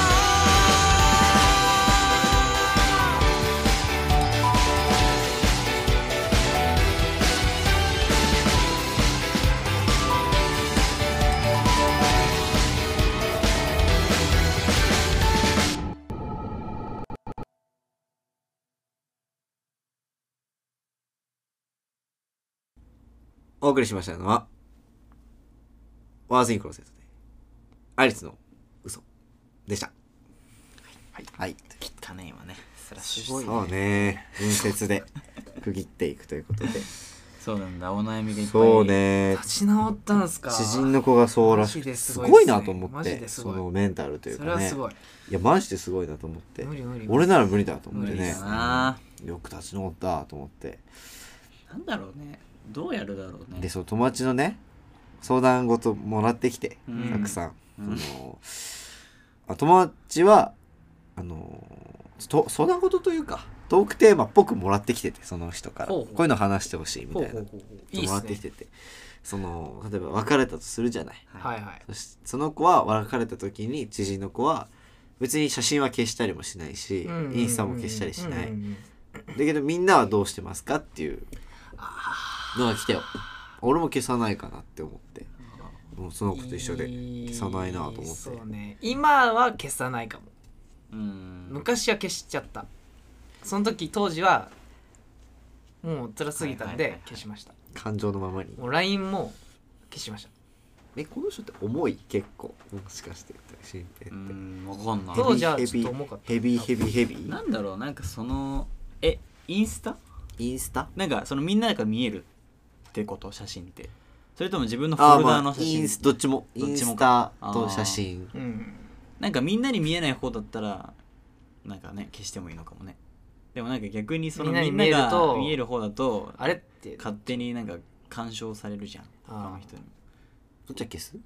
Speaker 1: お送りしましたのは、ワーズインクローゼットで、アリスの嘘でした。
Speaker 3: はい
Speaker 1: はい。
Speaker 3: 切ったね今ねスラッシュ
Speaker 2: すごい
Speaker 1: そうね、文節で区切っていくということで。
Speaker 3: そうなんだお悩みがいっぱい
Speaker 1: そうね、
Speaker 2: 立ち直ったんすか
Speaker 1: 知人の子がそうらしくて、
Speaker 2: マジです
Speaker 1: す
Speaker 2: ごいっすね
Speaker 1: ごいなと思っ
Speaker 2: マジ
Speaker 1: て、
Speaker 2: です
Speaker 1: そ
Speaker 2: ごい
Speaker 1: のメンタルという
Speaker 2: そ
Speaker 1: か
Speaker 2: れは
Speaker 1: ね
Speaker 2: す。ごい
Speaker 1: いや、マジですごいなと思って
Speaker 2: 無。理無理
Speaker 1: 俺なら無理だと思っ
Speaker 3: 無
Speaker 1: て
Speaker 3: 理
Speaker 1: ね
Speaker 3: だ。な
Speaker 1: よく立ち直ったと思って。
Speaker 3: なんだろうねどうやるだろうね
Speaker 1: で、その友達のね、相談事もらってきて、
Speaker 3: うん
Speaker 1: たくさん。
Speaker 3: うん
Speaker 1: そのあ友達はあのと相談事というかトークテーマっぽくもらってきててその人から
Speaker 2: ほうほ
Speaker 1: こ
Speaker 2: う
Speaker 1: ういうの話してほしいみた
Speaker 2: ほう
Speaker 1: い
Speaker 2: ほ
Speaker 1: な
Speaker 2: う
Speaker 1: の
Speaker 2: ほうほういいっ
Speaker 1: もら
Speaker 2: す
Speaker 1: ってき
Speaker 2: ね
Speaker 1: ててその例えば別れたとするじゃない
Speaker 2: はいはい
Speaker 1: そしその子は別れた時に知人の子は別に写真は消したりもしないし、
Speaker 2: うんうんうん
Speaker 1: インスタも消したりしない、
Speaker 2: うんうんうん
Speaker 1: だけどみんなはどうしてますかっていうのが来てよ俺も消さないかなって思ってもうその子と一緒で消さないなと思って
Speaker 2: そうね今は消さないかも
Speaker 3: うん
Speaker 2: 昔は消しちゃったその時当時はもう辛すぎたん
Speaker 3: はいはい
Speaker 2: で
Speaker 3: はい
Speaker 2: 消しました
Speaker 1: 感情のままに
Speaker 2: もう LINE も消しました
Speaker 1: えこの人って重い結構もしかして新平って、
Speaker 3: うんわかんない
Speaker 2: 当時は
Speaker 1: ヘビ
Speaker 2: ちょっと重かった
Speaker 1: ヘビーヘビーヘビ
Speaker 3: な
Speaker 1: ー
Speaker 3: んだろうなんかそのえインスタ
Speaker 1: インスタ
Speaker 3: なんかそのみんなが見えるってこと写真ってそれとも自分のフォルダーの写
Speaker 1: インス
Speaker 3: 真
Speaker 1: どっちもイ
Speaker 3: どっ
Speaker 1: ン
Speaker 3: ち
Speaker 1: ス
Speaker 3: も
Speaker 1: タ
Speaker 3: か
Speaker 1: と写真
Speaker 2: うん
Speaker 3: なんかみんなに見えない方だったらなんかね消してもいいのかもねでもなんか逆にその
Speaker 2: み
Speaker 3: み
Speaker 2: ん
Speaker 3: ん
Speaker 2: なに見
Speaker 3: な
Speaker 2: えると
Speaker 3: が見える方だと
Speaker 2: あれって
Speaker 3: 勝手になんか干渉されるじゃん
Speaker 2: あ
Speaker 3: 他
Speaker 2: ー
Speaker 3: の人に
Speaker 1: どっちは消す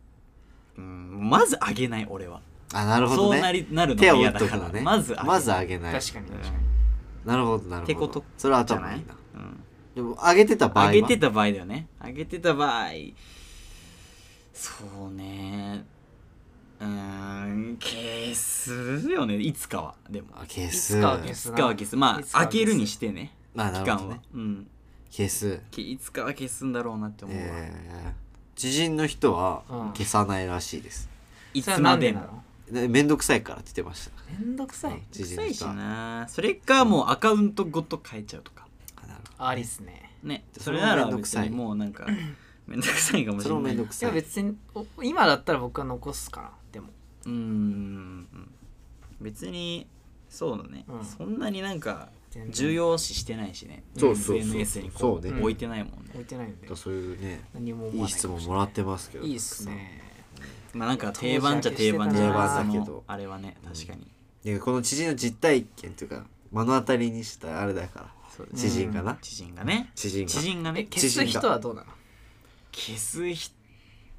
Speaker 3: うんまずあげない俺は
Speaker 1: あなるほど
Speaker 3: そうな
Speaker 1: ね
Speaker 3: りなるの
Speaker 1: 手
Speaker 3: が
Speaker 1: を打
Speaker 3: 嫌
Speaker 1: っ
Speaker 3: だ
Speaker 1: と
Speaker 3: か
Speaker 1: く
Speaker 3: ら
Speaker 1: のね
Speaker 3: まずあげない
Speaker 1: まずあげない
Speaker 2: 確かに確かに
Speaker 1: なるほどなるほど
Speaker 3: ってこと
Speaker 1: それは
Speaker 3: じゃな
Speaker 1: 頭い
Speaker 3: い
Speaker 1: いな
Speaker 3: うん
Speaker 1: でも上げてた場合は
Speaker 3: 上げてた場合だよね上げてた場合そうねうーん消すよねいつかはでも
Speaker 1: あ消
Speaker 2: い
Speaker 1: す
Speaker 2: つかは消
Speaker 3: い
Speaker 2: す
Speaker 3: つかは消すま
Speaker 2: いつ
Speaker 3: あ
Speaker 2: かは
Speaker 3: 開
Speaker 2: 消す
Speaker 3: けるにしてね
Speaker 1: まあな
Speaker 3: 期
Speaker 1: るほ
Speaker 3: 間
Speaker 1: ど、
Speaker 3: は
Speaker 1: ね、、
Speaker 3: うん
Speaker 1: 消す
Speaker 3: けいつかは消すんだろうなって思うわ、
Speaker 1: えー知人の人は
Speaker 2: うん
Speaker 1: 消さないらしいです、
Speaker 3: いつまで
Speaker 2: それはなんな
Speaker 3: も
Speaker 2: の
Speaker 1: でめんどくさいからって言ってました
Speaker 2: めんどくさい
Speaker 1: 知人
Speaker 3: 臭
Speaker 1: の
Speaker 3: いし
Speaker 1: 人は
Speaker 3: なそれかもうアカウントごと変えちゃうとか
Speaker 1: あなるほ
Speaker 2: ありっすね
Speaker 3: ね
Speaker 1: そ
Speaker 3: そ
Speaker 1: れ
Speaker 3: れ
Speaker 1: も
Speaker 3: なら
Speaker 1: めんどく
Speaker 3: 別
Speaker 1: さい
Speaker 3: にもうなんか めんどくさいかも
Speaker 1: どそ
Speaker 3: し
Speaker 1: れ
Speaker 3: れ
Speaker 1: も
Speaker 3: な
Speaker 1: め
Speaker 3: い
Speaker 1: んどく
Speaker 2: い
Speaker 1: さ
Speaker 2: や
Speaker 1: い
Speaker 2: 別にお今だったら僕は残すかなでも
Speaker 3: うーん別にそうだね、
Speaker 2: うん
Speaker 3: そんなになんか
Speaker 2: 全然
Speaker 3: 重要視してないしね
Speaker 1: そうそうそう
Speaker 3: SNS にこう
Speaker 1: そう
Speaker 2: ね
Speaker 3: 置いてないもんね
Speaker 2: 置いてないんで
Speaker 1: だそういうね
Speaker 2: 何も思
Speaker 1: い
Speaker 2: わ
Speaker 1: い
Speaker 2: ない
Speaker 1: 質
Speaker 2: か
Speaker 1: 問
Speaker 2: しれ
Speaker 1: もらってますけど
Speaker 2: ないいいっすね
Speaker 3: まあなんか定番じゃ定番じゃ
Speaker 1: 定番だけど
Speaker 3: そのあれはね確かに
Speaker 1: でこの知人の実体験というか目の当たりにしたあれだから
Speaker 3: そうです
Speaker 1: 知人かな、
Speaker 3: 知人がね
Speaker 1: 知人が
Speaker 3: 知人が
Speaker 2: え
Speaker 3: ね
Speaker 2: 消す人はどうなの
Speaker 3: 消す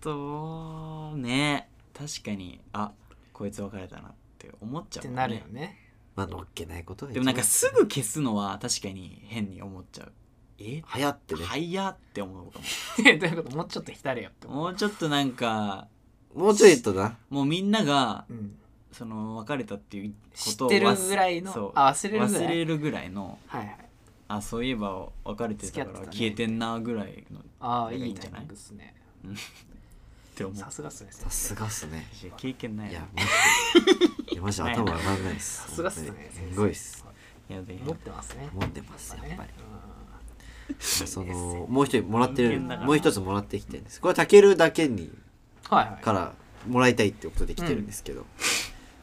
Speaker 3: 人ね確かにあこいつ別れたなって思っちゃ
Speaker 2: っ
Speaker 3: う
Speaker 2: て
Speaker 3: もん
Speaker 2: なるよね
Speaker 1: まあのっけないことが一
Speaker 3: で
Speaker 1: 番
Speaker 3: もなんかすぐ消すのは確かに変に思っちゃうえ
Speaker 1: 流行ってね、
Speaker 3: 早っって思うか
Speaker 2: どういうこともうちょっと浸れよって
Speaker 3: も
Speaker 2: 思う
Speaker 3: もうちょっとなんか
Speaker 1: もうちょいとな
Speaker 3: もうみんなが
Speaker 2: うん
Speaker 3: その別れたっていうこ
Speaker 2: 知
Speaker 3: と
Speaker 2: ってるぐらいの
Speaker 3: そう
Speaker 2: あ忘れるぐらい
Speaker 3: 忘れるぐらいの
Speaker 2: はいはい
Speaker 3: あそういえば別れてたか
Speaker 2: 付き合
Speaker 3: ら
Speaker 2: ってたね
Speaker 3: 消えてんなぐらいのっ
Speaker 2: ああ
Speaker 3: なんか
Speaker 2: い
Speaker 3: いい
Speaker 2: い
Speaker 3: んじ
Speaker 2: タ
Speaker 3: ゃ
Speaker 2: イ
Speaker 3: ない
Speaker 2: ミングですね
Speaker 3: て思う
Speaker 2: さすがっすね先
Speaker 1: さ
Speaker 2: 生
Speaker 1: すがっすね
Speaker 3: 私経験ない
Speaker 1: い
Speaker 3: な
Speaker 1: やマジでいやマジで頭上がんないです
Speaker 2: さすがっすね
Speaker 1: 本当に
Speaker 2: 先生
Speaker 1: すごいっす
Speaker 3: やべえ
Speaker 2: 持ってますね
Speaker 1: 持ってますやっぱり
Speaker 2: り
Speaker 1: そのもう一人もらってる
Speaker 3: 人間だから
Speaker 1: もう一つもらってきてるんですこれたけるだけに
Speaker 2: はいはい
Speaker 1: からもらいたいってことで来てるんですけど、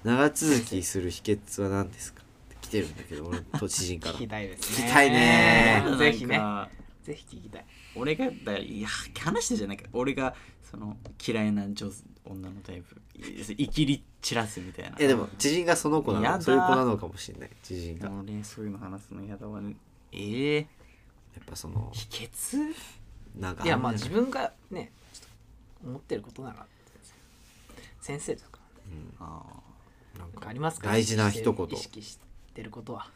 Speaker 1: 長続きする秘訣は何ですかって来てるんだけど俺と知 人から
Speaker 2: 聞きたいですね
Speaker 1: 聞きたいね
Speaker 3: なん か
Speaker 2: ぜひねぜひ聞きたい
Speaker 3: 俺がだいや話したじゃないか俺がその嫌いな女女のタイプいいきり散らすみたいない
Speaker 1: やでも知人がその子な
Speaker 3: や
Speaker 1: の
Speaker 3: だ
Speaker 1: そういう子なのかもしれない知人がや
Speaker 3: 俺そういうの話すの嫌だわねええ
Speaker 1: っぱその
Speaker 3: 秘訣
Speaker 1: なんか
Speaker 2: いやまあ
Speaker 1: るん
Speaker 2: 自
Speaker 1: じゃ
Speaker 2: 分がねちょっと思ってることなら先生とか
Speaker 3: ああ
Speaker 1: ないなん
Speaker 2: なん
Speaker 1: か
Speaker 2: かありますか
Speaker 1: 大事な一言
Speaker 2: 意識してることは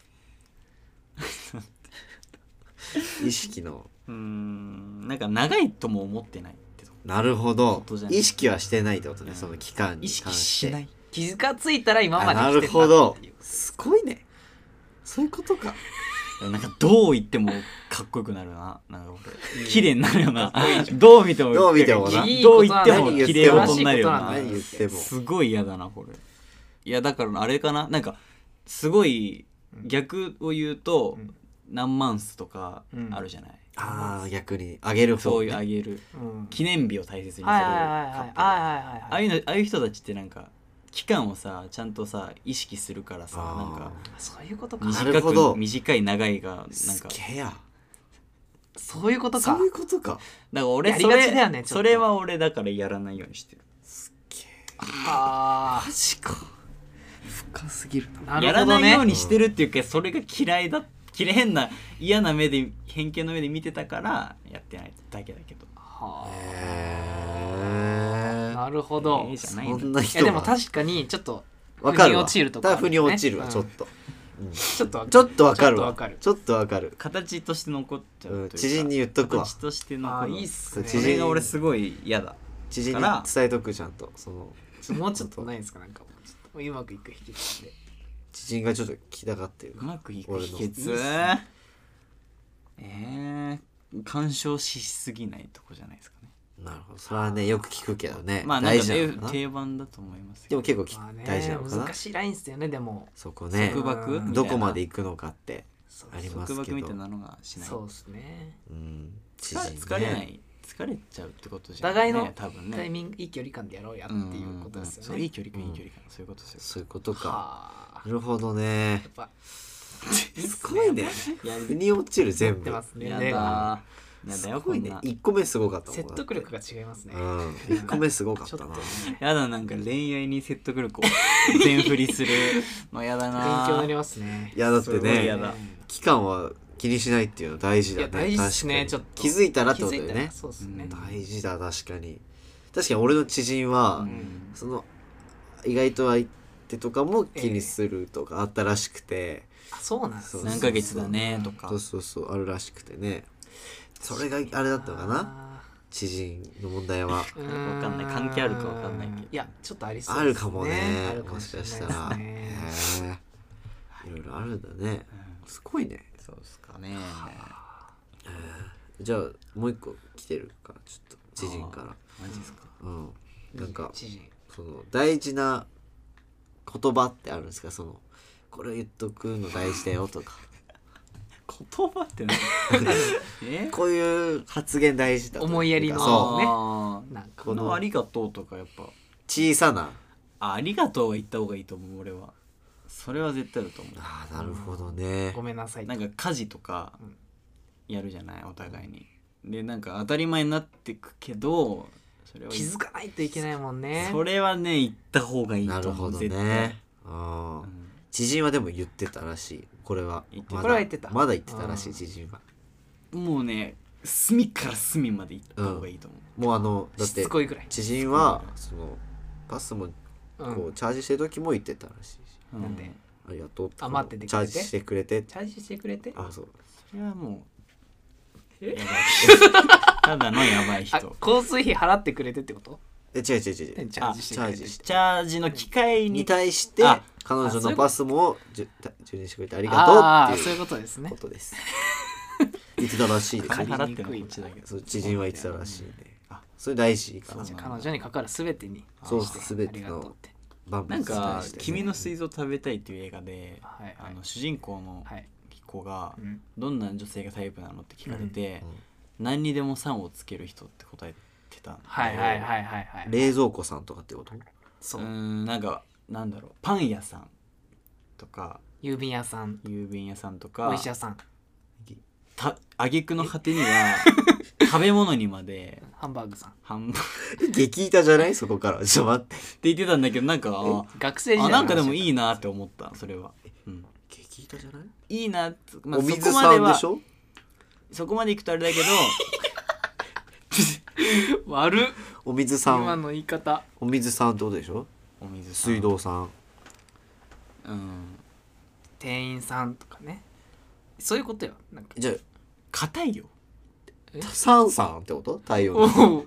Speaker 1: 意識の
Speaker 3: うーんなんか長いとも思ってないってとこ
Speaker 1: なるほど
Speaker 3: ことじゃない
Speaker 1: 意識はしてないってことね、
Speaker 3: うん
Speaker 1: その期間に
Speaker 3: 意
Speaker 1: 関して
Speaker 3: 識しない
Speaker 2: 気がついたら今ま
Speaker 1: あ
Speaker 2: で
Speaker 1: な
Speaker 2: 来て
Speaker 1: る
Speaker 2: た
Speaker 1: ほど
Speaker 2: っていう
Speaker 1: すごいねそういうことか
Speaker 3: なんかどう言ってもかっこよくなるななんか俺綺麗になるよなどう見ても
Speaker 1: どう見てもな
Speaker 3: どう言っても
Speaker 1: いいことなんだ
Speaker 3: 綺麗事になる
Speaker 2: 素晴らしい
Speaker 3: よな
Speaker 2: ことなんだ
Speaker 1: 何言っても
Speaker 3: すごい嫌だなこれいやだからあれかななんかすごい逆を言うと、
Speaker 2: うん
Speaker 3: 何万数とか
Speaker 2: うん
Speaker 3: あるじゃない、
Speaker 1: ああ逆にあげる方、ね、
Speaker 3: そういうあげる
Speaker 2: うん
Speaker 3: 記念日を大切にする
Speaker 2: はいはいはい
Speaker 3: カップルあ
Speaker 2: はいはいはい
Speaker 3: あ
Speaker 2: はい
Speaker 3: いうのああいう人たちってなんか期間をさちゃんとさ意識するからさ
Speaker 1: あ
Speaker 3: な
Speaker 1: ー
Speaker 3: んか
Speaker 2: そういうことか
Speaker 1: なる
Speaker 3: 短
Speaker 1: ほど
Speaker 3: く短い長いがなん
Speaker 1: す
Speaker 3: か
Speaker 1: げえや
Speaker 2: そういうことか
Speaker 1: そういうことか
Speaker 3: だから俺
Speaker 2: やり
Speaker 3: そ
Speaker 2: が
Speaker 3: れ
Speaker 2: ちだよねちょっと
Speaker 3: それは俺だからやらないようにしてる
Speaker 2: あ
Speaker 1: マジか深すぎる
Speaker 2: ー
Speaker 1: な
Speaker 2: な
Speaker 3: や
Speaker 2: る
Speaker 3: ら
Speaker 2: ほど
Speaker 3: ないよう
Speaker 2: ね
Speaker 3: にしてるっていうかそれが嫌いだ嫌い変な嫌な目で偏見の目で見てたからやってないだけだけど
Speaker 2: はあ
Speaker 1: へ
Speaker 2: なるほど
Speaker 3: ええ
Speaker 2: い
Speaker 3: じゃ
Speaker 1: え
Speaker 3: ない
Speaker 1: そ
Speaker 3: の
Speaker 1: んな人
Speaker 2: やでも
Speaker 1: か
Speaker 2: 確かにちょっと
Speaker 1: わかる
Speaker 2: 腑に
Speaker 1: わ
Speaker 2: 落ちるとこあるよ
Speaker 1: ふ
Speaker 2: ね
Speaker 1: に落ちるわちょっと
Speaker 2: ちょっとわかる
Speaker 1: ちょっとわかる
Speaker 2: ちょっと
Speaker 1: わ
Speaker 2: わ
Speaker 1: ちょっとわか
Speaker 2: かる
Speaker 1: る
Speaker 3: 形として残っちゃうというか
Speaker 1: うん知人に言っとくわ
Speaker 3: 形として
Speaker 2: あ
Speaker 3: 残
Speaker 2: ー
Speaker 3: る
Speaker 2: いいっすね
Speaker 1: 知
Speaker 3: そ
Speaker 1: 人
Speaker 3: れが俺すごい嫌だ
Speaker 1: 知人に
Speaker 3: から
Speaker 1: 伝えとくちゃんとその
Speaker 2: ちょもうちょっとないですかなんかちょっとうまくいく秘訣って
Speaker 1: 知人がちょっと聞きたがってる
Speaker 3: うまくいく
Speaker 1: 俺
Speaker 3: 秘
Speaker 1: の
Speaker 3: 訣えー、干渉しすぎないとこじゃないですかね
Speaker 1: なるほどそれはねよく聞くけどね、
Speaker 3: まあなん
Speaker 1: 大
Speaker 3: か
Speaker 1: 事なのかな
Speaker 3: 定番だと思いますけ
Speaker 1: で
Speaker 3: ど
Speaker 1: も結構き、
Speaker 2: まあね
Speaker 1: 大事なのかな
Speaker 2: 難しいラインっすよねでも
Speaker 1: そこね
Speaker 3: 束縛みたいな
Speaker 1: どこまで行くのかって
Speaker 2: そう
Speaker 1: ありますけど
Speaker 3: 束縛みたいなのがしない
Speaker 2: そうですね
Speaker 1: うん知人ね
Speaker 3: 疲れない疲れちゃうってこと
Speaker 2: お
Speaker 3: じゃな
Speaker 2: 互
Speaker 3: い
Speaker 2: いの
Speaker 3: ね多分ね
Speaker 2: タイミングいい距離感でやろうやっていうことですよ
Speaker 3: うんうんうんそうい
Speaker 2: ね
Speaker 3: い距離感
Speaker 1: うん
Speaker 3: いい距離感、そういうことですよ
Speaker 1: そういうことか
Speaker 2: はあ
Speaker 1: なるほどね
Speaker 2: やっぱ
Speaker 1: すごいね
Speaker 3: や
Speaker 1: 腑に落ちる全
Speaker 2: 出
Speaker 1: 部
Speaker 2: ますね
Speaker 3: や
Speaker 2: ね
Speaker 3: だーやだ
Speaker 1: す
Speaker 3: よ
Speaker 1: ご
Speaker 3: こ
Speaker 1: い
Speaker 3: ん
Speaker 1: ね
Speaker 3: な
Speaker 1: 1個目すごかったもん
Speaker 2: 説得力が違いますね
Speaker 1: うん1個目すごかっ
Speaker 2: ちょったと
Speaker 1: な
Speaker 2: ね
Speaker 3: やだなんか恋愛に説得力を全振りするのやだ
Speaker 2: 勉
Speaker 3: な
Speaker 2: 強になりますね
Speaker 1: いやだって
Speaker 3: すごい
Speaker 1: ね
Speaker 3: やだ
Speaker 1: 期間は気にしないっていうの大事だね
Speaker 2: いや大事っすね
Speaker 1: 確
Speaker 2: ちょ
Speaker 1: か
Speaker 2: っ
Speaker 1: に
Speaker 2: と
Speaker 1: 気づいたらってことだよ
Speaker 2: 気づいた
Speaker 1: ね
Speaker 2: らそうですね
Speaker 3: うん
Speaker 1: 大事だ確かに確かに俺の知人は、
Speaker 3: うん
Speaker 1: その意外と相手とかも気にするとかあったらしくて、
Speaker 2: あそうなんです
Speaker 1: そう
Speaker 3: 何ヶ月だねとか
Speaker 1: そうそうそうあるらしくてねそれがあれだったのかな
Speaker 2: あ
Speaker 1: 知人の問題は
Speaker 2: ーうー
Speaker 3: わかんない関係あるかわかんないけど
Speaker 2: いやちょっとありそう
Speaker 1: あるかもね
Speaker 2: あるか
Speaker 1: も
Speaker 2: も
Speaker 1: し
Speaker 2: し
Speaker 1: か
Speaker 2: れ
Speaker 1: した
Speaker 2: な
Speaker 1: ら
Speaker 2: いですね
Speaker 1: へえいろいろあるんだねすごいね
Speaker 3: そうですかね
Speaker 1: じゃあもう一個来てるからちょっと知人から
Speaker 3: マジですか
Speaker 1: うんなんか
Speaker 2: 知人
Speaker 1: その大事な言葉ってあるんですかそのこれ言っとくの大事だよと か
Speaker 3: 言葉って何え
Speaker 1: こういう発言大事だと
Speaker 2: 思いやりの
Speaker 1: そう
Speaker 3: あー
Speaker 2: なんか
Speaker 3: この「ありがとう」とかやっぱ
Speaker 1: 小さな
Speaker 3: あありがとうは言った方がいいと思う俺はそれは絶対だと思
Speaker 1: ああなるほどね
Speaker 2: ごめんなさ
Speaker 3: う
Speaker 2: い
Speaker 3: なんか家事とか
Speaker 2: うん
Speaker 3: やるじゃないお互いにでなんか当たり前になってくけどそれは
Speaker 2: 気づかないといけないもんね
Speaker 3: それはね行った方がいい
Speaker 1: なる
Speaker 3: と思
Speaker 1: ほ
Speaker 3: う
Speaker 1: ど
Speaker 3: 絶対
Speaker 1: ね
Speaker 3: う
Speaker 1: ああ
Speaker 3: ん
Speaker 1: 知人はでも言ってたらしいこれは
Speaker 3: 言ってた
Speaker 1: まだ
Speaker 2: これは言ってた
Speaker 1: まだ言ってたらし
Speaker 2: う
Speaker 1: い
Speaker 2: ん
Speaker 1: 知人は
Speaker 3: もうね隅から隅まで行った方がいいと思う、
Speaker 1: もうあのだっ
Speaker 2: しつ
Speaker 1: て
Speaker 2: こいぐらい、
Speaker 1: 知人はそのパスも
Speaker 2: う、
Speaker 1: こうんチャージしてる時も言ってたらしいし
Speaker 3: う
Speaker 2: なんで
Speaker 1: ありがとう
Speaker 2: あ待っててくれて
Speaker 1: チャージしてくれてって
Speaker 2: チャージしてくれて
Speaker 1: あそう
Speaker 3: それはもう
Speaker 2: え
Speaker 3: やばい ただのやばい
Speaker 2: あ
Speaker 3: 人
Speaker 2: 交通費払ってくれてってこと
Speaker 1: え違う違う違う違う
Speaker 2: チャージしてくれて
Speaker 1: あチャージし
Speaker 3: チャージの機会
Speaker 1: に
Speaker 3: に
Speaker 1: 対して
Speaker 3: あ
Speaker 1: 彼
Speaker 2: あそ
Speaker 1: 女
Speaker 2: うい
Speaker 1: の
Speaker 2: うこと
Speaker 1: パスもじゅ充電してくれてありが
Speaker 2: あ
Speaker 1: と
Speaker 2: あ
Speaker 1: うって
Speaker 2: そう
Speaker 1: い
Speaker 2: いう
Speaker 1: う
Speaker 2: ことですね
Speaker 1: ことです。言ってたらしいです
Speaker 3: 金
Speaker 1: ね。
Speaker 3: 払ってるのこっちだけど
Speaker 1: そう知人は言ってたらしいね。
Speaker 3: あ
Speaker 1: それ大事かな
Speaker 3: そう。
Speaker 2: 彼女にかかる全てに
Speaker 1: そう
Speaker 2: して
Speaker 1: 全ての
Speaker 2: ありがとうって
Speaker 1: バンバ
Speaker 3: な
Speaker 1: ン
Speaker 3: んか
Speaker 1: 伝え
Speaker 3: 「
Speaker 1: てね
Speaker 3: 君の水臓食べたい」っていう映画で、
Speaker 2: はいはい
Speaker 3: あの主人公の
Speaker 2: はい、
Speaker 3: 子が
Speaker 2: うん
Speaker 3: どんな女性がタイプなのって聞かれて、
Speaker 1: うん
Speaker 3: 何にでも「さん」をつける人って答えてたんで
Speaker 2: はいはいはいはいはい
Speaker 1: 冷蔵庫さんとかってこと？
Speaker 2: そうう
Speaker 3: ーんなんかなんだろうパン屋さんとか
Speaker 2: 郵便屋さん
Speaker 3: 郵便屋さんとか
Speaker 2: お医者さん
Speaker 3: た挙句の果て には食べ物にまで
Speaker 2: ハンバーグさん
Speaker 3: ハンバーグ
Speaker 1: 激痛じゃない？そこからちょっと待って。
Speaker 3: って言ってたんだけどなんかあ
Speaker 2: 学生時代
Speaker 3: あ
Speaker 2: の話
Speaker 3: なんかでもいいなって思ったそれは、うん、
Speaker 1: 激痛じゃない？
Speaker 3: いいなっつ、まあ、
Speaker 1: お
Speaker 3: そこ
Speaker 1: 水
Speaker 3: ま
Speaker 1: さ
Speaker 3: で
Speaker 1: んで
Speaker 3: は
Speaker 1: しょ？
Speaker 3: そこまでいくとあれだ けど
Speaker 2: 悪っ
Speaker 1: お水さ
Speaker 2: 今
Speaker 1: ん、
Speaker 2: の言い方
Speaker 1: お水さんってことでしょ？
Speaker 3: お水さん
Speaker 1: 水道さん。
Speaker 3: うん
Speaker 2: 店員さんとかねそういうことよなんか
Speaker 1: じゃ
Speaker 3: 硬いよ
Speaker 1: あサンさんってこと？太陽
Speaker 2: お
Speaker 1: の。
Speaker 2: お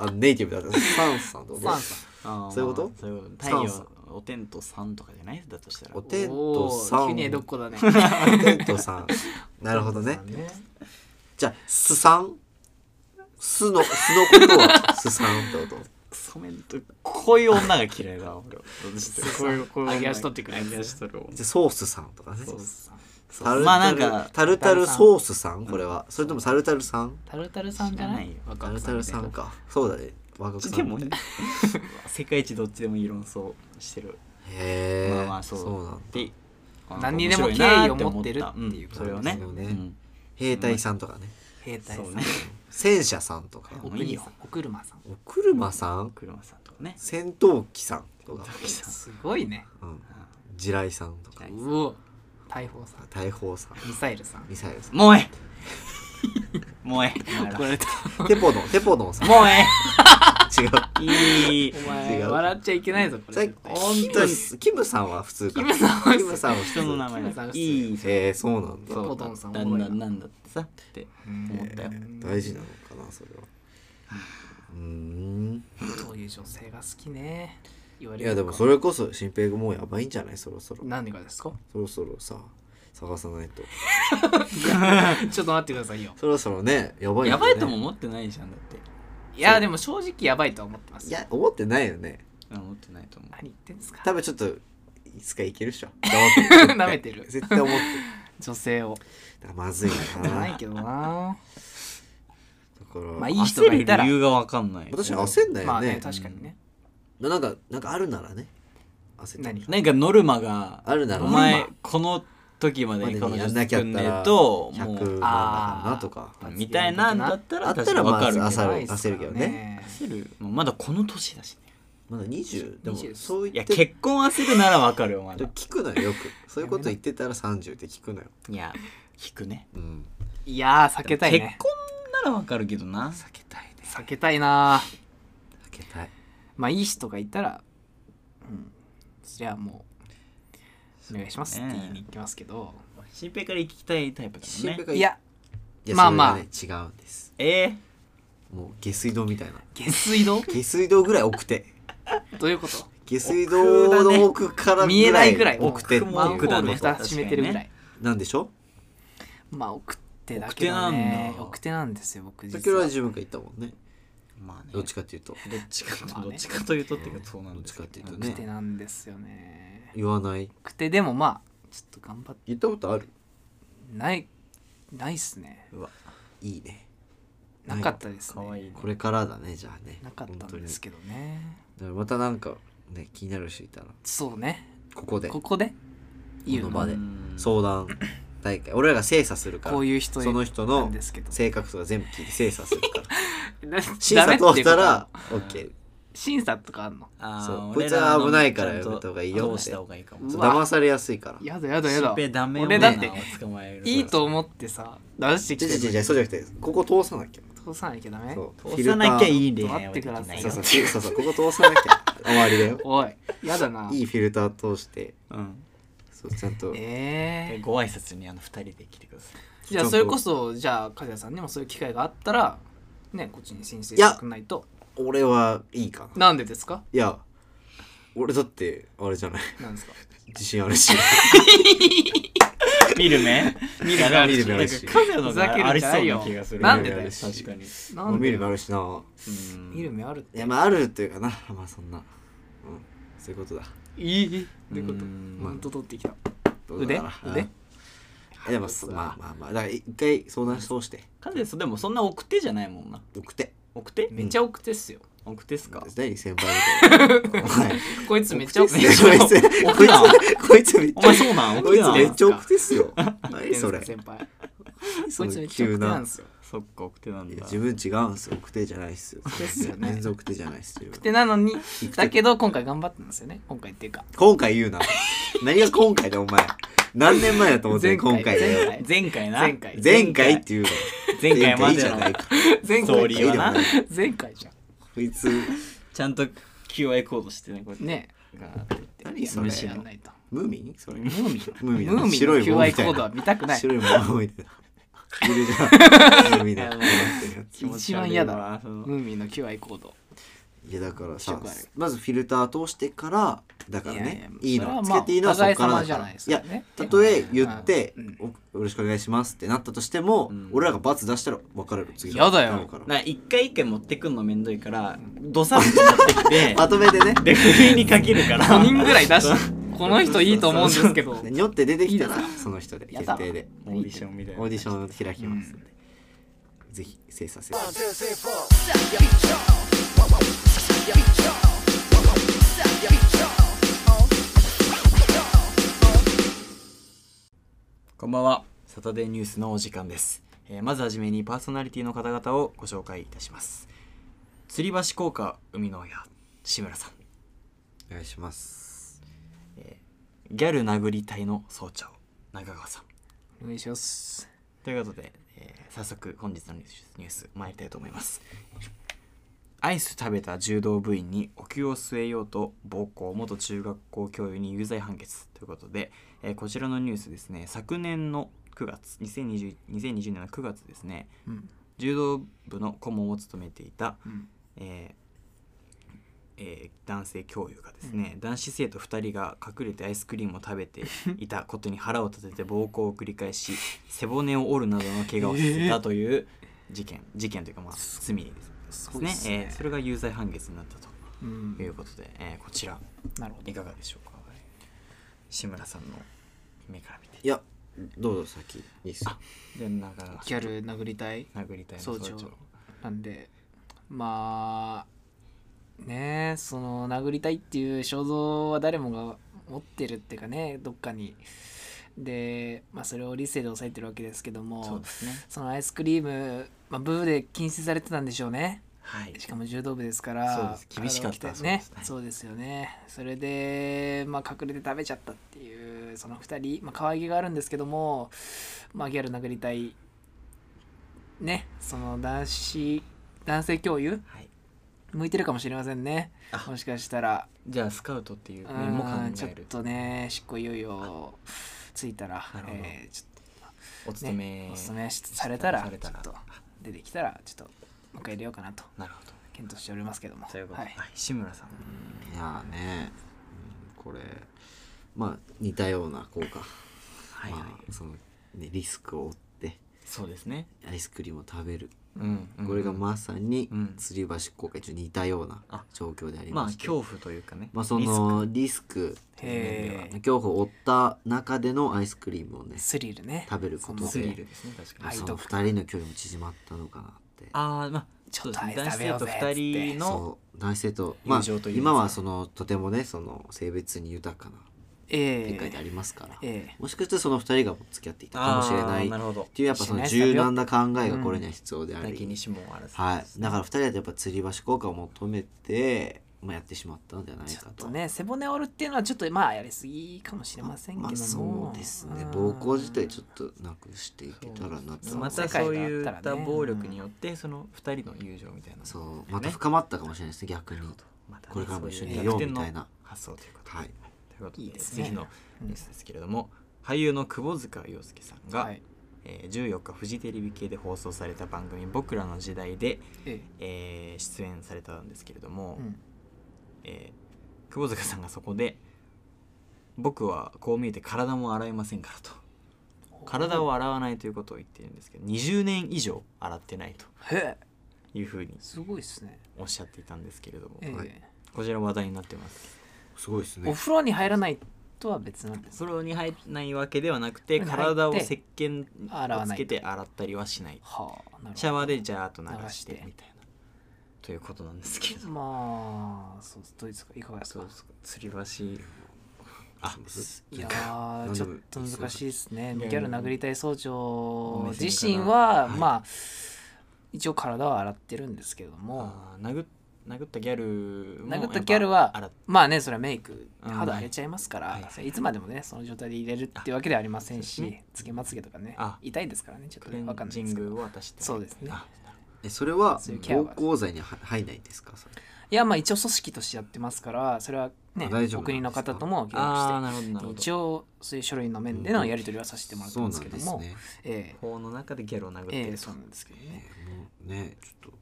Speaker 1: あネイティブだった。サンさんってこと？
Speaker 2: さんさん
Speaker 3: あー
Speaker 1: そういうこと
Speaker 3: まあそういうこと
Speaker 1: スタンス
Speaker 3: 太陽お天道さんとかじゃないだとしたら
Speaker 1: おテントさん
Speaker 2: おー急に江戸っ子だね
Speaker 1: テントさん。 なるほどね
Speaker 2: さ。んね
Speaker 1: じゃあ、すさん。すの、すのことは、すさんってこと。
Speaker 3: そめんとこういう女が嫌いだわ俺は私
Speaker 2: そう
Speaker 3: こういうこういう女
Speaker 2: 揚げ足取ってくるやつ
Speaker 3: 揚げ足取る女
Speaker 1: じゃあソースさんとかね。
Speaker 2: そうさん
Speaker 1: タル
Speaker 3: まあな
Speaker 1: タ
Speaker 3: ん
Speaker 1: ル、
Speaker 3: か
Speaker 1: タルタルソースさんこれは。それともタルタルさん
Speaker 2: タルタルさんじゃない
Speaker 3: 知らないよ
Speaker 2: 若
Speaker 1: タ
Speaker 2: く
Speaker 1: ルタルさん
Speaker 2: みたい
Speaker 1: か。そうだね。若くさん。
Speaker 3: でも 世界一どっちでもいい論争してる
Speaker 1: へえ。
Speaker 3: まあまあそう
Speaker 1: そうなんだ
Speaker 3: で
Speaker 2: 何にでも敬意を持ってるっていう
Speaker 3: 面白いなー思ったうんそれをね
Speaker 1: そうね
Speaker 3: うん
Speaker 1: 兵隊さんとかね。
Speaker 2: 兵隊さ
Speaker 3: そうんね
Speaker 1: 戦車さんとか。
Speaker 2: お
Speaker 3: もういい
Speaker 2: 国
Speaker 3: よ
Speaker 2: さんお車さん
Speaker 1: お車さん
Speaker 3: 車さんとかね
Speaker 1: 戦闘機さんとか。
Speaker 2: すごいね
Speaker 1: うん。地雷さんとか。
Speaker 2: うお大砲さん
Speaker 1: 大砲さん。
Speaker 2: ミサイルさん
Speaker 1: ミサイルさん。
Speaker 3: もうええもうええお前ら
Speaker 2: 怒られた
Speaker 1: テポノン、テポノン さん。
Speaker 3: もうえ
Speaker 1: 違う。
Speaker 3: えいい
Speaker 2: お前
Speaker 1: 違う
Speaker 2: 笑っちゃいけないぞこれ
Speaker 1: さっき本当にキムさんは普通か
Speaker 2: キムさんは普通
Speaker 1: キムさんは普
Speaker 3: 人の名前
Speaker 2: そう
Speaker 3: いい
Speaker 1: えー、そうなんだ
Speaker 2: そう
Speaker 3: そ
Speaker 2: お
Speaker 3: うだ
Speaker 2: 父さん
Speaker 3: だんだんなんだってさって思ったよ
Speaker 1: 大事なのかなそれはうーん
Speaker 2: そういう女性が好きね言わ
Speaker 1: い
Speaker 2: れる
Speaker 1: やでもそれこそ新平君もうやばいんじゃないそろそろ
Speaker 2: 何が ですか
Speaker 1: そろそろさ探さないと
Speaker 2: ちょっと待ってくださいよ
Speaker 1: そろそろねやばいよね
Speaker 3: やばいとも思ってないじゃんだって
Speaker 2: いやでも正直やばいとは思ってます
Speaker 1: い
Speaker 2: よ
Speaker 1: や思ってないよね
Speaker 3: うん思ってないと思う
Speaker 2: 何言ってんですか
Speaker 1: 多分ちょっといつかいけるっしょ黙
Speaker 2: 舐めてる
Speaker 1: 絶対思ってる
Speaker 2: 女性を
Speaker 1: だからまずいな
Speaker 2: ないけどな
Speaker 1: だから、
Speaker 2: まあいい人
Speaker 3: 焦
Speaker 2: が
Speaker 3: る
Speaker 2: いたら
Speaker 3: 理由がわかんない
Speaker 1: 私焦んない
Speaker 2: ま
Speaker 1: よ
Speaker 2: あね
Speaker 1: ね,、
Speaker 2: 確かにね
Speaker 1: なんかなんかあるならね焦って
Speaker 2: 何
Speaker 3: なんかノルマが
Speaker 1: あるなら
Speaker 3: お前この時までに
Speaker 1: ま
Speaker 3: 彼
Speaker 1: でに
Speaker 3: 女
Speaker 1: やんなきゃ
Speaker 3: 作
Speaker 1: っ
Speaker 3: ん
Speaker 1: た
Speaker 3: ね
Speaker 1: ら
Speaker 3: えとも
Speaker 1: 100万だ
Speaker 3: う
Speaker 1: からなとか
Speaker 2: あー
Speaker 3: みたいなんだったら
Speaker 1: あったら
Speaker 3: 確かにわかるけど
Speaker 1: まあ焦る
Speaker 2: やばいっすから
Speaker 1: 焦るけどね
Speaker 3: 焦るもうまだこの年だしね
Speaker 1: まだ20でも
Speaker 2: 20です
Speaker 1: そう
Speaker 3: い
Speaker 1: 言
Speaker 3: や
Speaker 1: ってる
Speaker 3: 結婚焦るならわかるよまだ
Speaker 1: 聞くのよよくそういうこと言ってたら30って聞くのよ、
Speaker 3: いや聞くね
Speaker 1: うん、
Speaker 2: いやー避けたい
Speaker 3: 結
Speaker 2: ね
Speaker 3: 婚ならわかるけどな
Speaker 2: 避けたいね避けたいな
Speaker 1: 避けたい
Speaker 2: まあいい人がいたらうんそりゃもうお願いしますって言いに行きますけど
Speaker 3: 新平から行きたいタイプだ
Speaker 1: 新
Speaker 3: も
Speaker 1: 聞
Speaker 3: んね
Speaker 1: が
Speaker 2: いや
Speaker 1: いや
Speaker 2: まあまあ
Speaker 1: それはね違うんです
Speaker 3: ええ
Speaker 1: もう下水道みたいな
Speaker 2: 下 水道
Speaker 1: 下水道ぐらい奥手
Speaker 2: どういうこと
Speaker 1: 下水道の奥から
Speaker 2: 見えないぐらい
Speaker 1: 奥手っていう
Speaker 3: も
Speaker 1: こ
Speaker 2: マ
Speaker 3: う
Speaker 2: ン
Speaker 1: と
Speaker 2: ホ
Speaker 3: 奥
Speaker 2: ー
Speaker 3: だ
Speaker 2: ルの
Speaker 3: ね
Speaker 2: 蓋閉めてるぐらい、
Speaker 1: なんでしょ
Speaker 2: まあ奥手だけどね
Speaker 3: 奥手なんだ
Speaker 2: 奥手なんですよ僕
Speaker 1: 先
Speaker 2: 実
Speaker 1: ほどは
Speaker 2: は
Speaker 1: 自分が言ったもんね
Speaker 3: まあね
Speaker 1: どっちかっていうと
Speaker 3: どっちか
Speaker 2: まあ
Speaker 3: と
Speaker 2: ね
Speaker 3: どっちかというとっていうかそうなんですけ
Speaker 1: どっちかっていうとね
Speaker 2: 奥手なんですよね
Speaker 1: 言わない
Speaker 2: 奥手でもまあちょっと頑張って
Speaker 1: 言ったことある
Speaker 2: ないないっすね
Speaker 3: うわ
Speaker 1: いいね
Speaker 2: なかったです
Speaker 3: 可愛い
Speaker 2: ね
Speaker 3: ね
Speaker 1: これからだねじゃあね
Speaker 2: なかったんです
Speaker 1: け
Speaker 2: けどね
Speaker 1: どまたなんかね気になる人いたら
Speaker 2: そうね
Speaker 1: ここで
Speaker 2: ここで言うの
Speaker 1: この場で
Speaker 3: う
Speaker 1: 相談大会俺らが精査するから
Speaker 2: こういう人
Speaker 1: その人
Speaker 2: な
Speaker 1: の
Speaker 2: んですけど
Speaker 1: 性格とか全部聞いて精査するから
Speaker 2: な
Speaker 1: 審査
Speaker 2: ダメってこと
Speaker 1: 通したら OK
Speaker 2: 審査とかあんの
Speaker 3: あー
Speaker 1: そう
Speaker 3: 俺らの
Speaker 1: こいつは危ないから
Speaker 3: ちゃんと
Speaker 1: やめた方がいいよって
Speaker 3: 通した方がいいかも
Speaker 2: う
Speaker 1: そう
Speaker 2: わ
Speaker 1: 騙されやすいから
Speaker 2: やだやだやだ
Speaker 3: 疾病ダメよ
Speaker 2: 俺だって
Speaker 3: ね捕まえる
Speaker 2: いいと思ってさ出してき
Speaker 1: じ
Speaker 2: て
Speaker 1: ゃじゃ
Speaker 2: るのに
Speaker 1: じゃじゃそうじゃなくてここ通さなきゃ
Speaker 2: 通さなきゃダメ
Speaker 1: そう
Speaker 3: 通さなきゃ
Speaker 1: い
Speaker 3: いい恋
Speaker 2: フィルター
Speaker 3: 愛はできない
Speaker 1: そ
Speaker 3: よ
Speaker 1: うそうそうそうここ通さな きゃ終わりだよ
Speaker 2: おいやだない
Speaker 1: いフィルター通して
Speaker 3: うん
Speaker 1: そうちゃんと
Speaker 2: え
Speaker 3: え
Speaker 2: え
Speaker 3: ご挨拶にあの二人で来てください
Speaker 2: じゃあそれこそじゃあ和也さんにもそういう機会があったらねこっちに申請
Speaker 1: いや
Speaker 2: してくんないと
Speaker 1: 俺はいいかな
Speaker 2: なんでですか
Speaker 1: いや俺だってあれじゃない
Speaker 2: なんですか
Speaker 1: 自信あるし
Speaker 3: 見る目見る目
Speaker 1: あるし見る目あるし
Speaker 3: カメラの
Speaker 2: ふざけ
Speaker 3: が
Speaker 2: る
Speaker 3: あ
Speaker 2: ん
Speaker 3: り
Speaker 2: じゃな
Speaker 3: そう
Speaker 2: い
Speaker 3: な
Speaker 2: よ
Speaker 3: 気がする
Speaker 2: なんでだ
Speaker 1: よ
Speaker 3: 確かに
Speaker 2: な
Speaker 1: 飲
Speaker 2: ん
Speaker 1: み
Speaker 2: で
Speaker 1: るのあるしな
Speaker 3: うん
Speaker 2: 見る目あるって
Speaker 1: いやまああるというかなまあそんなうんそういうことだ
Speaker 2: いいどういうこと
Speaker 3: ん
Speaker 2: マウント取ってきた
Speaker 1: どうだろうな
Speaker 2: 腕
Speaker 1: うんいやまあまあまあまあだから一回相談通して
Speaker 3: カズヤさんでもそんな奥手じゃないもんな
Speaker 1: 送って
Speaker 3: 奥手
Speaker 2: めっちゃ奥手っすよ
Speaker 3: 奥手っすか
Speaker 1: 第先輩みたいなお前
Speaker 2: こいつめっちゃ奥手っす
Speaker 1: こ
Speaker 2: よ
Speaker 1: いつこいつこいつめっ
Speaker 3: お
Speaker 1: ちゃ
Speaker 3: 前そうなん
Speaker 1: こ
Speaker 3: 奥
Speaker 1: いつ
Speaker 3: 手な
Speaker 1: めっ
Speaker 3: ん
Speaker 1: ちゃ奥手っすよ何それ
Speaker 2: 先輩
Speaker 1: そ
Speaker 2: こい
Speaker 1: の
Speaker 2: つめっちゃ奥
Speaker 1: 急
Speaker 2: 手なん
Speaker 1: な
Speaker 2: ですよ
Speaker 3: そっか奥手なん
Speaker 1: い
Speaker 3: だ
Speaker 1: や自分違うんすよ奥手じゃないっすよ
Speaker 2: ですよね
Speaker 1: 全然奥手じゃないっすよ
Speaker 2: 奥手なのに
Speaker 1: 行くと
Speaker 2: だけど今回頑張ったんですよね今回っていうか
Speaker 1: 今回言うな何が今回だお前何年前だと思ってんの今
Speaker 2: 前
Speaker 1: 回
Speaker 2: 回
Speaker 1: だよ
Speaker 2: 前
Speaker 3: 前回な
Speaker 2: 前回
Speaker 1: 前回っていうの
Speaker 3: 前回ま
Speaker 1: いい
Speaker 3: で
Speaker 1: じ
Speaker 3: の
Speaker 1: ゃないか
Speaker 2: 前
Speaker 3: ストー
Speaker 2: 回
Speaker 3: リ
Speaker 1: いい
Speaker 3: ーは
Speaker 1: じゃ
Speaker 3: な
Speaker 1: ないか
Speaker 2: 前回じゃん
Speaker 1: こいつ
Speaker 3: ちゃんと QI コードしてねこうやって
Speaker 2: ね
Speaker 3: ガーって
Speaker 1: 何そ
Speaker 2: それ
Speaker 1: れ
Speaker 3: 虫の
Speaker 2: やんないと
Speaker 1: ムーミンそれ
Speaker 3: ムーミン
Speaker 1: ムーミンだ
Speaker 2: ムーミンの
Speaker 1: 白い棒み
Speaker 2: QI コ
Speaker 1: たい
Speaker 2: ードは
Speaker 1: な
Speaker 2: 見たくない
Speaker 1: 白い棒 みたいないるじゃんムーミンだ
Speaker 3: いやもう気持ち
Speaker 2: 一
Speaker 3: 悪いわ
Speaker 2: 番嫌だ
Speaker 3: その
Speaker 2: ムーミンの QI コード
Speaker 1: いやだからさ
Speaker 2: 気色悪い
Speaker 1: まずフィルター通してからだからねい
Speaker 2: い
Speaker 1: い
Speaker 2: やいや
Speaker 1: のつ
Speaker 2: それはまあ
Speaker 1: けていいのはそ
Speaker 2: お互
Speaker 1: こか
Speaker 2: い
Speaker 1: ら
Speaker 2: 様
Speaker 1: だ
Speaker 2: じゃ
Speaker 1: か
Speaker 2: な
Speaker 1: ら
Speaker 2: い
Speaker 1: い
Speaker 2: ですよ
Speaker 1: や
Speaker 2: ね
Speaker 1: たとえ言って
Speaker 2: うん
Speaker 1: およろしくお願いしますってなったとしても
Speaker 3: うん
Speaker 1: 俺らが罰出したら別れる次
Speaker 2: やだよ
Speaker 1: なるから
Speaker 3: だから一回一回持ってくんのめんどいからどさっと持ってきて
Speaker 1: まとめてね
Speaker 3: で不意にかけるから
Speaker 2: 5人ぐらい出してこの人いいと思うんですけど
Speaker 1: でにょって出てきたら
Speaker 2: いい
Speaker 1: その人で
Speaker 2: や
Speaker 1: 決
Speaker 2: だ
Speaker 1: 定で
Speaker 3: オーディションみたいな
Speaker 1: オーディションを開きますんで、ぜひ精査せて
Speaker 3: こんばんはサタデーニュースのお時間です、えーまずはじめにパーソナリティの方々をご紹介いたします吊り橋効果海の親志村さん
Speaker 1: お願いします
Speaker 3: ギャル殴り隊の総長中川さん
Speaker 2: お願いします
Speaker 3: ということで、えー早速本日のニュースニュース参りたいと思いますアイス食べた柔道部員にお灸を据えようと暴行元中学校教諭に有罪判決ということで、えーこちらのニュースですね昨年の9月2020 2020年の9月ですね
Speaker 2: うん
Speaker 3: 柔道部の顧問を務めていた、
Speaker 2: うん
Speaker 3: えーえー男性教諭がですね、男子生徒2人が隠れてアイスクリームを食べていたことに腹を立てて暴行を繰り返 し背骨を折るなどの怪我をさせたという事 件、事件というかまあ罪です
Speaker 2: す
Speaker 3: ね
Speaker 2: ごいっすね
Speaker 3: えーそれが有罪判決になったと
Speaker 2: うん
Speaker 3: いうことで、えーこちら
Speaker 2: なるほど
Speaker 3: いかがでしょうか志村さんの目から見て
Speaker 1: いやどうぞ先いいっすよ
Speaker 3: でなんか
Speaker 2: ギャル殴りたい
Speaker 3: 殴りたいの
Speaker 2: 総長なんでまあねえその殴りたいっていう衝動は誰もが持ってるっていうかねどっかにで、まあ、それを理性で抑えてるわけですけども
Speaker 3: そうですね
Speaker 2: そのアイスクリーム、まあ、部で禁止されてたんでしょうね
Speaker 3: はい
Speaker 2: しかも柔道部ですから
Speaker 3: そうです厳しかった
Speaker 2: 体を鍛えね
Speaker 3: そ
Speaker 2: そう
Speaker 3: うですね
Speaker 2: ですよねそれで、まあ、隠れて食べちゃったっていうその2人、まあ、可愛げがあるんですけども、まあ、ギャル殴りたいねその男子男性教諭
Speaker 3: はい
Speaker 2: 向いてるかもしれませんね
Speaker 3: あ
Speaker 2: もしかしたら
Speaker 3: じゃあスカウトっていう
Speaker 2: う
Speaker 3: 面も考
Speaker 2: んちょっ
Speaker 3: える
Speaker 2: とね執行猶予ついたら
Speaker 3: なるほど
Speaker 2: えーちょっと
Speaker 3: お勤め、
Speaker 2: おすすめしされたら
Speaker 3: された
Speaker 2: ちょ
Speaker 3: ら
Speaker 2: っと出てきたらちょっともう一回入れようかなと
Speaker 3: なるほど
Speaker 2: 検討しておりますけども
Speaker 3: ということで、
Speaker 2: はい
Speaker 3: はい、志村さん
Speaker 1: いやーね、うんこれまあ似たような効果
Speaker 3: はいはい、
Speaker 1: まあ、そのねリスクを負って
Speaker 3: そうですね
Speaker 1: アイスクリームを食べる、
Speaker 3: うん、
Speaker 1: これが
Speaker 3: ま
Speaker 1: まさに
Speaker 3: うん
Speaker 1: 吊り橋効果に似たような
Speaker 3: あ
Speaker 1: 状況であり
Speaker 3: まあ
Speaker 1: まして、
Speaker 3: 恐怖というかね
Speaker 1: まあ、そのリスク
Speaker 2: へー
Speaker 1: 恐怖を負った中でのアイスクリームをね
Speaker 2: スリルね
Speaker 1: 食べること
Speaker 2: その
Speaker 3: スリルですね確か
Speaker 2: は
Speaker 3: に、
Speaker 2: い
Speaker 1: その2人の距離も縮まったのかなって
Speaker 3: ああまあ
Speaker 2: ち
Speaker 3: ち
Speaker 2: ょ
Speaker 3: ょ
Speaker 2: っ
Speaker 3: っ
Speaker 2: と
Speaker 3: と
Speaker 2: アイス
Speaker 3: 男
Speaker 2: 食べ
Speaker 3: 性
Speaker 2: ようぜ
Speaker 3: と二人の
Speaker 1: そう男性とまあ
Speaker 3: 友情というか
Speaker 1: 今はそのとてもねその性別に豊かな
Speaker 2: え
Speaker 1: 展開であ
Speaker 2: え
Speaker 1: りますから、
Speaker 2: え
Speaker 1: もしかしたらその2人が付き合っていたかもしれない
Speaker 3: あーなるほど
Speaker 1: っていうやっぱその柔軟な考えがこれには必要であ
Speaker 3: 大気
Speaker 1: り、
Speaker 3: にしもあらず
Speaker 1: はい、だから2人だとやっぱ吊り橋効果を求めて、まあ、やってしまったんじゃない
Speaker 2: えち
Speaker 1: か
Speaker 2: ょっ
Speaker 1: と
Speaker 2: と。ね背骨折るっていうのはちょっとまあやりすぎかもしれませんけ
Speaker 1: ま
Speaker 2: ど
Speaker 1: あ
Speaker 2: も
Speaker 1: そうですね
Speaker 2: うん
Speaker 1: 暴行自体ちょっとなくしていけたらなとは思
Speaker 3: ま
Speaker 1: います
Speaker 3: た
Speaker 2: 世界
Speaker 3: そう
Speaker 2: が
Speaker 3: い
Speaker 2: あ
Speaker 3: っ
Speaker 2: ったらね
Speaker 3: た暴力によってその二人の友情みたいな
Speaker 1: そうまた深まったかもしれないですね逆に
Speaker 3: またね
Speaker 1: これからも一緒に
Speaker 3: そう
Speaker 1: いうよう
Speaker 3: 逆
Speaker 1: み
Speaker 3: 転
Speaker 1: た
Speaker 3: の
Speaker 1: いな
Speaker 3: 発想ということで
Speaker 1: はい
Speaker 3: ということで
Speaker 2: いいですね
Speaker 3: 次のニュースですけれども、俳優の窪塚洋介さんが、
Speaker 2: はい
Speaker 3: えー14日フジテレビ系で放送された番組「僕らの時代で」
Speaker 2: え
Speaker 3: えー出演されたんですけれど
Speaker 2: え
Speaker 3: も、
Speaker 2: うん
Speaker 3: えー窪塚さんがそこで「僕はこう見えて体も洗えませんから」と体を洗わないということを言っているんですけど20年以上洗ってないと
Speaker 2: へえ
Speaker 3: いうふうに
Speaker 2: すごいですね
Speaker 3: おっしゃっていたんですけれども、
Speaker 2: ええ
Speaker 1: はい
Speaker 3: こちら話題になってます。
Speaker 1: すごいです
Speaker 2: お
Speaker 1: ね
Speaker 2: 風呂に入らないとは別なんです
Speaker 3: それに入らないわけではなくて
Speaker 2: 入って
Speaker 3: 体を石鹸
Speaker 2: 洗
Speaker 3: を
Speaker 2: わ
Speaker 3: つ
Speaker 2: ない
Speaker 3: けて洗ったりはしない
Speaker 2: はあなるほど
Speaker 3: シャワーでジャーっと流して
Speaker 2: 流して
Speaker 3: みたいなということなんですけれども
Speaker 2: まあそうですどうですかいかがですか
Speaker 3: 吊り橋あす
Speaker 2: いやー
Speaker 1: なん
Speaker 2: ち
Speaker 1: で
Speaker 2: ょっ
Speaker 1: も
Speaker 2: と難しいですね
Speaker 3: いや
Speaker 2: ギャル殴りたい総長
Speaker 3: 目線
Speaker 2: 自身
Speaker 3: から
Speaker 2: は、
Speaker 1: はい
Speaker 2: まあ一応体は洗ってるんですけども
Speaker 3: あー殴っ殴ったギャルも
Speaker 2: 殴ったギャルは
Speaker 3: やっぱ洗っ
Speaker 2: まあねそれはメイク
Speaker 3: うん
Speaker 2: 肌荒れちゃいますから、
Speaker 3: はい
Speaker 2: い
Speaker 3: はい
Speaker 2: つまでもねその状態で入れるっていうわけではありませんし、
Speaker 3: そうです
Speaker 2: つけまつげとかね
Speaker 3: あ
Speaker 2: 痛いですからねちょっ
Speaker 3: ク
Speaker 2: と
Speaker 3: レ
Speaker 2: ねわか
Speaker 3: ン
Speaker 2: んな
Speaker 3: ジ
Speaker 2: いです
Speaker 3: ン
Speaker 2: けど
Speaker 3: グを渡して
Speaker 2: そうですね
Speaker 3: あ
Speaker 1: えそれは
Speaker 2: そういうケア
Speaker 1: 暴
Speaker 2: は
Speaker 1: 行罪には入んないんですかそれ
Speaker 2: いやまあ一応組織としてやってますからそれはね
Speaker 1: あ大丈夫
Speaker 2: お国の方とも協力
Speaker 3: あー
Speaker 2: し
Speaker 3: なるほどなる
Speaker 2: て
Speaker 3: ほ
Speaker 2: 一
Speaker 3: ど
Speaker 2: 応そういう書類の面でのやり取りはさせてもらって
Speaker 1: そう
Speaker 2: ま
Speaker 1: な
Speaker 2: すけ
Speaker 1: ん
Speaker 2: ど
Speaker 1: です
Speaker 2: も、
Speaker 1: ね
Speaker 2: ええ
Speaker 3: 法の中でギャルを殴って
Speaker 2: ええ
Speaker 3: ると
Speaker 2: そうなんですけどね
Speaker 1: もうねちょっと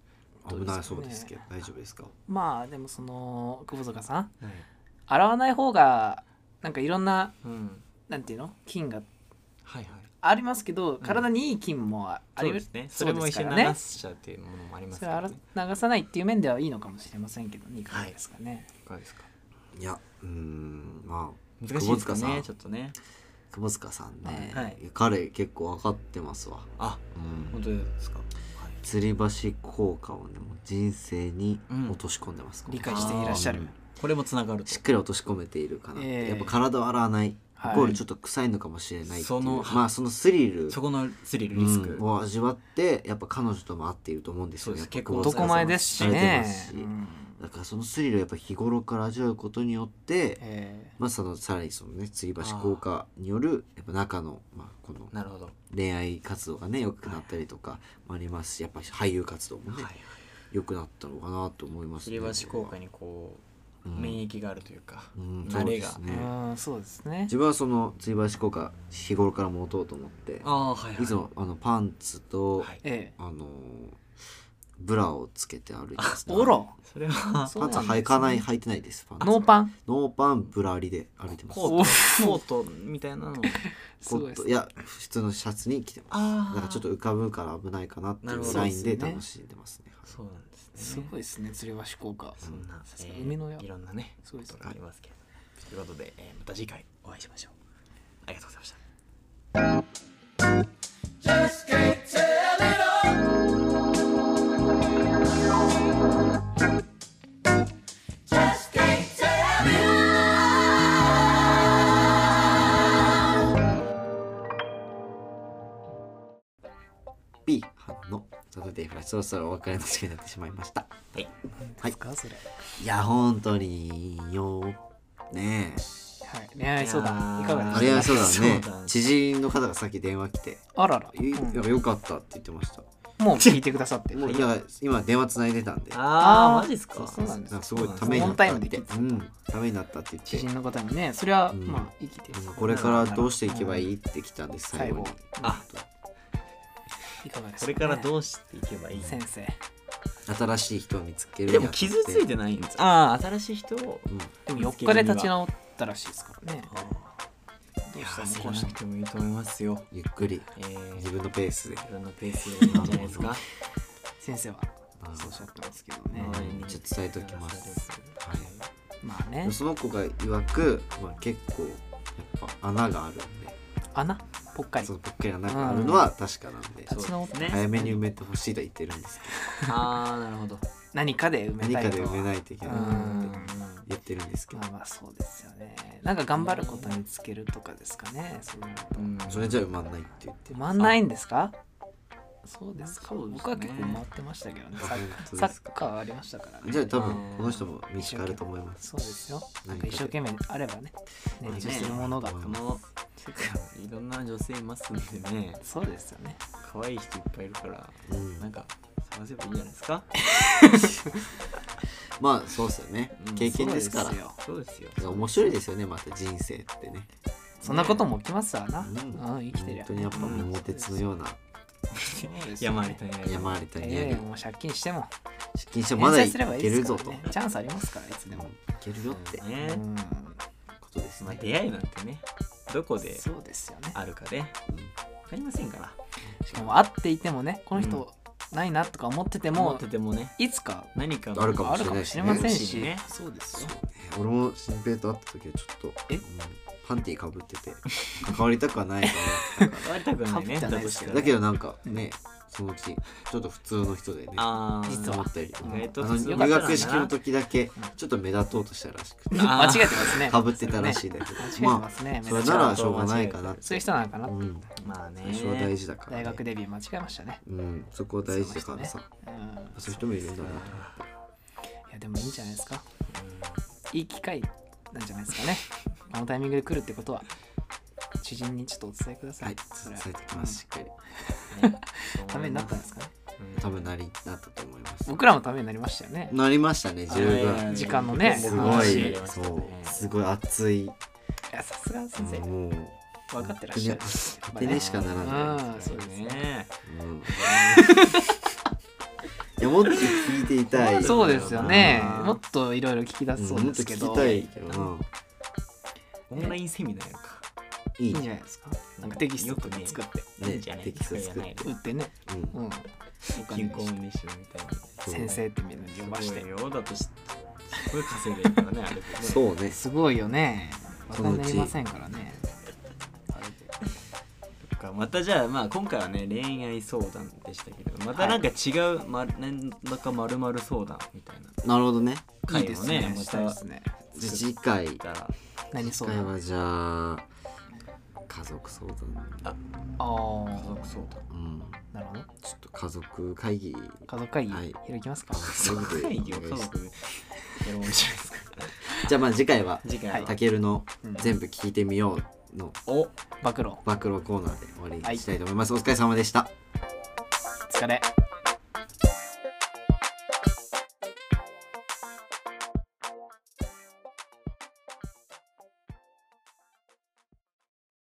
Speaker 1: 危なそうですけど大丈夫ですか
Speaker 2: まあでもその久保坂さん
Speaker 3: はい
Speaker 2: 洗わない方がなんかいろんな
Speaker 3: うん
Speaker 2: なんていうの菌が
Speaker 3: はいはい
Speaker 2: ありますけど体にいい菌もああ
Speaker 3: そ
Speaker 2: り
Speaker 3: う
Speaker 2: ま
Speaker 3: ですすねそ
Speaker 2: そう
Speaker 3: れ
Speaker 2: で
Speaker 3: も
Speaker 2: す
Speaker 3: 一緒
Speaker 2: から
Speaker 3: に流
Speaker 2: ね
Speaker 3: しちゃうっていうものもあります
Speaker 2: そ
Speaker 3: か
Speaker 2: れ
Speaker 3: ら
Speaker 2: 洗
Speaker 3: ね
Speaker 2: 流さないっていう面ではいいのかもしれませんけどねいかがですかね、
Speaker 3: いかがですか
Speaker 1: いやうーんまあ
Speaker 3: 難しい
Speaker 1: 窪
Speaker 3: です
Speaker 1: 塚
Speaker 3: か
Speaker 1: さ
Speaker 3: ね
Speaker 1: ん
Speaker 3: ちょっとね
Speaker 1: 窪塚さんね、
Speaker 3: はい
Speaker 1: 彼結構分かってますわ、
Speaker 3: あ
Speaker 1: うん、
Speaker 3: 本当ですか、
Speaker 1: 吊り橋効果をねもう人生に落とし込んでます、
Speaker 2: 理解していらっしゃ
Speaker 1: あー
Speaker 2: る
Speaker 3: これもつながる
Speaker 1: しっかり落とし込めているかなって、
Speaker 2: ええ
Speaker 1: やっぱ体を洗わない、
Speaker 2: はい
Speaker 1: イコールちょっと臭いのかもしれないっていう
Speaker 3: その
Speaker 1: まあそのスリル
Speaker 3: そこのスリルリスク、
Speaker 1: うんを味わってやっぱ彼女とも合っていると思うんですよ
Speaker 3: そうです
Speaker 1: やっぱ
Speaker 3: 結構
Speaker 1: 久保
Speaker 2: 男
Speaker 1: 塚さんは
Speaker 2: 前ですし
Speaker 1: されて
Speaker 2: ね
Speaker 1: ますし
Speaker 2: うん
Speaker 1: だからそのスリルをやっぱ日頃から味わうことによって、
Speaker 2: え
Speaker 1: まあ、そのさらにそのね吊り橋効果によるやっぱ中の、まあ、この
Speaker 3: なるほど、
Speaker 1: 恋愛活動がね良くなったりとかもありますしやっぱ俳優活動もね、
Speaker 3: はい
Speaker 1: 良くなったのかなと思います
Speaker 3: すり橋効果にこう、
Speaker 1: うん
Speaker 3: 免疫があるというか、
Speaker 1: うん
Speaker 3: 慣れ
Speaker 1: そ
Speaker 3: が、
Speaker 1: う
Speaker 2: え
Speaker 1: ですね
Speaker 2: うんそうですね
Speaker 1: 自分はその吊り橋効果日頃から持とうと思って
Speaker 3: ああはいはい
Speaker 1: いつもあのパンツと、
Speaker 3: はい
Speaker 2: え
Speaker 1: あのーブラをつけて歩いてます
Speaker 2: え
Speaker 1: ね
Speaker 2: おろ
Speaker 3: そ れは
Speaker 2: そう
Speaker 1: パ
Speaker 2: な
Speaker 1: ン
Speaker 2: ん
Speaker 1: ツ
Speaker 2: ですね
Speaker 1: 履かない履いてないですパンツ
Speaker 2: ノーパン
Speaker 1: ノーパンブラありで歩いてます
Speaker 3: コートコートみたいなの
Speaker 2: すごい
Speaker 1: コ
Speaker 2: で
Speaker 1: ット
Speaker 2: す
Speaker 1: いや普通のシャツに着てます
Speaker 3: あー
Speaker 1: なんかちょっと浮かぶから危ないかなってい
Speaker 3: なるほ
Speaker 1: う
Speaker 3: ど
Speaker 1: ラインで
Speaker 2: そうですね
Speaker 1: 楽しんでますねはい
Speaker 3: そうなんですね
Speaker 2: すごいですね吊り橋効果
Speaker 3: そんな、
Speaker 2: さすが海の親
Speaker 3: いろんなね
Speaker 2: すごいですね
Speaker 3: ことがありますけど、ということで、えーまた次回お会いしましょうありがとうございました
Speaker 5: Just can't tell it all. Just can't tell it all.
Speaker 1: B 班のサタデーフラッシュそろそろお別れの時間になってしまいました
Speaker 2: ですかそれ
Speaker 1: いや本当によねえ
Speaker 2: はい恋愛相談いかがで
Speaker 1: あ
Speaker 2: し
Speaker 1: れ
Speaker 2: た
Speaker 1: はそう だね
Speaker 3: そうだね
Speaker 1: 知人の方がさっき電話来て
Speaker 2: あらら、
Speaker 1: いや
Speaker 2: うん
Speaker 1: よかったって言ってました
Speaker 2: もう聞いてくださって
Speaker 1: もう今今電話つないでたんでな
Speaker 3: あ
Speaker 2: ー
Speaker 3: マジっすか
Speaker 2: そうなんです
Speaker 1: んかすごいためにな
Speaker 2: オ
Speaker 1: っ
Speaker 2: ンタ
Speaker 1: た
Speaker 2: イ
Speaker 1: っ
Speaker 2: ムで
Speaker 1: て
Speaker 2: 聞いてた
Speaker 1: うんためになったって
Speaker 2: 知
Speaker 1: 言って
Speaker 2: 人の方にねそれは、
Speaker 1: うん
Speaker 2: まあ生きてる
Speaker 1: うんこれからどうしていけばいいって来たんです最後に
Speaker 3: あ
Speaker 2: いかがですか、ね、
Speaker 3: これからどうしていけばいい
Speaker 2: 先生
Speaker 1: 新しい人を見つける
Speaker 3: でも傷ついて
Speaker 1: る
Speaker 3: ないんですああ新しい人を
Speaker 2: でも4日で立ち直ったらしいですからね
Speaker 3: い
Speaker 2: どう
Speaker 3: や
Speaker 2: した
Speaker 3: ー
Speaker 2: の
Speaker 3: 焦
Speaker 2: こ
Speaker 3: ら
Speaker 2: う
Speaker 3: な
Speaker 2: した
Speaker 3: くてもいいと思いますよ
Speaker 1: ゆっくり
Speaker 3: えー
Speaker 1: 自分のペースで
Speaker 3: 自分のペースでいいんじゃないですか
Speaker 2: 先生は
Speaker 1: あ
Speaker 2: そうおっしゃってますけどね
Speaker 3: 周りに
Speaker 1: ちょっと伝えときますはい
Speaker 2: まあね
Speaker 1: でその子が曰く、まあ、結構やっぱ穴があるんで
Speaker 2: 穴ぽっかり
Speaker 1: そ
Speaker 2: 立
Speaker 1: のぽっけり穴があるのは確かなんで、
Speaker 2: ち直っ
Speaker 3: ね
Speaker 1: 早めに埋めてほしいとは言ってるんですけど
Speaker 3: ああなるほど
Speaker 2: 何かで埋め
Speaker 1: 何
Speaker 2: たい
Speaker 1: か
Speaker 2: と
Speaker 1: で埋めないといけ
Speaker 2: う
Speaker 1: ない
Speaker 2: ん
Speaker 1: 言っってるんですけど
Speaker 2: まあまあそうですよねなんか頑張ることにつけるとかですかねそういうのと
Speaker 3: うん
Speaker 1: それじゃ埋まんないっていう
Speaker 2: で回んないんですかそうですか
Speaker 3: そうですね
Speaker 2: 僕は結構回ってましたけどねサッ
Speaker 1: 本当
Speaker 2: サ
Speaker 1: です
Speaker 2: ッカーはありましたからね
Speaker 1: じゃあ多分この人も道があると思います
Speaker 2: そうですよな
Speaker 1: 何
Speaker 2: んか
Speaker 1: か
Speaker 2: 一生懸命あればね
Speaker 3: まあ
Speaker 2: 練
Speaker 3: ね
Speaker 2: 習するものが
Speaker 1: うん
Speaker 3: この世界はいろんな女性いますんでね
Speaker 2: そうですよね
Speaker 3: 可愛い人いっぱいいるから
Speaker 1: うん
Speaker 3: なんか探せばいいんじゃないですか
Speaker 1: まあそうっすよね
Speaker 3: うん
Speaker 1: 経験ですか
Speaker 2: そ
Speaker 1: ら
Speaker 2: うですよ
Speaker 3: そうですよ
Speaker 1: 面白いですよねまた人生ってね
Speaker 2: そんなことも起きますわな、
Speaker 1: うん
Speaker 2: うん、生きて
Speaker 1: 本
Speaker 2: りゃ
Speaker 1: 当にやっぱ桃鉄のような
Speaker 3: 山ありたいな
Speaker 1: 山あり谷あ
Speaker 2: ええ
Speaker 1: り
Speaker 2: もう借金しても
Speaker 1: 出勤して
Speaker 2: 返
Speaker 1: まだ
Speaker 2: 済
Speaker 1: い
Speaker 2: すればいい
Speaker 1: け
Speaker 2: で
Speaker 1: る
Speaker 2: すか
Speaker 1: ぞ
Speaker 2: ら
Speaker 1: と
Speaker 2: ねチャンスありますからいつでも、
Speaker 1: いけるよって
Speaker 3: ね
Speaker 2: うん
Speaker 1: ことです
Speaker 3: まあ
Speaker 1: ね
Speaker 3: 出会いなんてねどこで
Speaker 2: そうですよね
Speaker 3: あるかで分かりませんから
Speaker 2: しかも会っていてもねこの人ないなとか思ってて
Speaker 3: 思っ
Speaker 2: も
Speaker 3: て、てもね
Speaker 2: いつか
Speaker 3: 何か
Speaker 1: あるかも
Speaker 2: あるかもしれませんし、
Speaker 3: しれないしね
Speaker 2: そうですよ
Speaker 1: 俺も新平と会った時はちょっと
Speaker 2: え
Speaker 1: うんパンティーかぶってて関わりたくはないかな
Speaker 3: 変わりたくはないね
Speaker 2: 変わ
Speaker 3: だ
Speaker 2: りたくない
Speaker 3: と
Speaker 2: で
Speaker 3: し
Speaker 2: す
Speaker 3: て
Speaker 2: けど
Speaker 1: だけどなんかねそのうちちょっと普通の人でね
Speaker 3: ああ
Speaker 2: 実
Speaker 1: 思
Speaker 2: は
Speaker 1: ったより
Speaker 2: うん
Speaker 1: も
Speaker 3: 意
Speaker 1: あ
Speaker 3: 外と
Speaker 1: の
Speaker 3: 普通
Speaker 1: 入
Speaker 3: だったんだな
Speaker 1: 学式の時だけちょっと目立とうとしたらしくて
Speaker 3: あー
Speaker 2: 間違えてます ね
Speaker 1: かぶってたらしいだけど
Speaker 2: 間違えて
Speaker 1: ま
Speaker 2: ま
Speaker 1: あ
Speaker 2: すね、
Speaker 1: それならしょうがないかなって
Speaker 2: そういう人なのかな、
Speaker 1: うん
Speaker 3: まあね
Speaker 1: 最初は大事だからね
Speaker 2: 大学デビュー間違えましたね
Speaker 1: うんそこは大事だからさ
Speaker 2: うん
Speaker 1: そういう人もいるんだなと思
Speaker 2: いやでもいいんじゃないですかいい機会なんじゃないですか ねこのタイミングで来るってことは知人にちょっとお伝えく
Speaker 1: っ
Speaker 2: だ
Speaker 1: て
Speaker 2: さい、
Speaker 1: はい
Speaker 2: それは
Speaker 1: 伝えてきますしっかり
Speaker 2: ためになったんですかね
Speaker 1: 多分なりなったと思います
Speaker 2: 僕らもためになりましたよね
Speaker 1: なりましたね十分
Speaker 2: 時間のね
Speaker 1: すご
Speaker 2: 話
Speaker 1: いそうすごい熱い
Speaker 2: いやさすが先生
Speaker 1: もう
Speaker 2: 分かってらっしゃる
Speaker 1: 当てにしかならない
Speaker 2: うんそうですね
Speaker 3: ね
Speaker 1: うんいやもっと聞いていたい
Speaker 2: そうですよね
Speaker 3: うん
Speaker 2: もっといろいろ聞き出
Speaker 1: う
Speaker 2: せ
Speaker 1: ん
Speaker 2: そう
Speaker 1: もっと
Speaker 2: です
Speaker 1: 聞
Speaker 2: け
Speaker 1: き
Speaker 2: ど、
Speaker 1: た
Speaker 2: い
Speaker 1: いけどな
Speaker 3: オンラインセミナーやるか
Speaker 1: いい
Speaker 2: いんじ
Speaker 1: ね
Speaker 2: ゃないですかなんかテキストとか作って、
Speaker 3: いいんじゃない
Speaker 1: テキスト作って
Speaker 2: 打ってね、
Speaker 1: うん
Speaker 2: うん、
Speaker 3: 金婚ミッションみたいな
Speaker 1: そう
Speaker 2: 先生ってみんなに呼ばして
Speaker 3: すごいよだとしすごい稼いでるからねあれでね
Speaker 1: そうね
Speaker 2: すごいよねバ
Speaker 1: そ
Speaker 2: カ
Speaker 1: のう
Speaker 2: に
Speaker 1: ち
Speaker 2: なりませんからね
Speaker 3: かまたじゃあまあ今回はね恋愛相談でしたけれどまたなんか違う、ま、なんだかまるまる相談みたいな
Speaker 1: なるほどね
Speaker 3: 回を
Speaker 2: ま
Speaker 3: ねま
Speaker 2: たで
Speaker 3: た
Speaker 2: すね
Speaker 1: じゃあ次回
Speaker 3: たら
Speaker 2: 何
Speaker 1: 次
Speaker 2: そう
Speaker 1: 回
Speaker 2: だ
Speaker 1: はじゃあ家族相談
Speaker 2: ああ
Speaker 3: 家族相談
Speaker 1: うん
Speaker 2: なるほど
Speaker 1: ちょっと家族会議
Speaker 2: 家族会議
Speaker 1: はい
Speaker 2: 開きますか、
Speaker 1: 家
Speaker 3: 会議を
Speaker 1: お
Speaker 3: 家
Speaker 1: 願いし
Speaker 3: 族でやろうじゃないですか
Speaker 1: じゃあまあ次回は
Speaker 3: 次回は、
Speaker 1: たけるの全部聞いてみようの
Speaker 3: お
Speaker 2: 暴露お
Speaker 1: 暴露コーナーで終わりにしたいと思います、お疲れ様でした
Speaker 2: 疲れ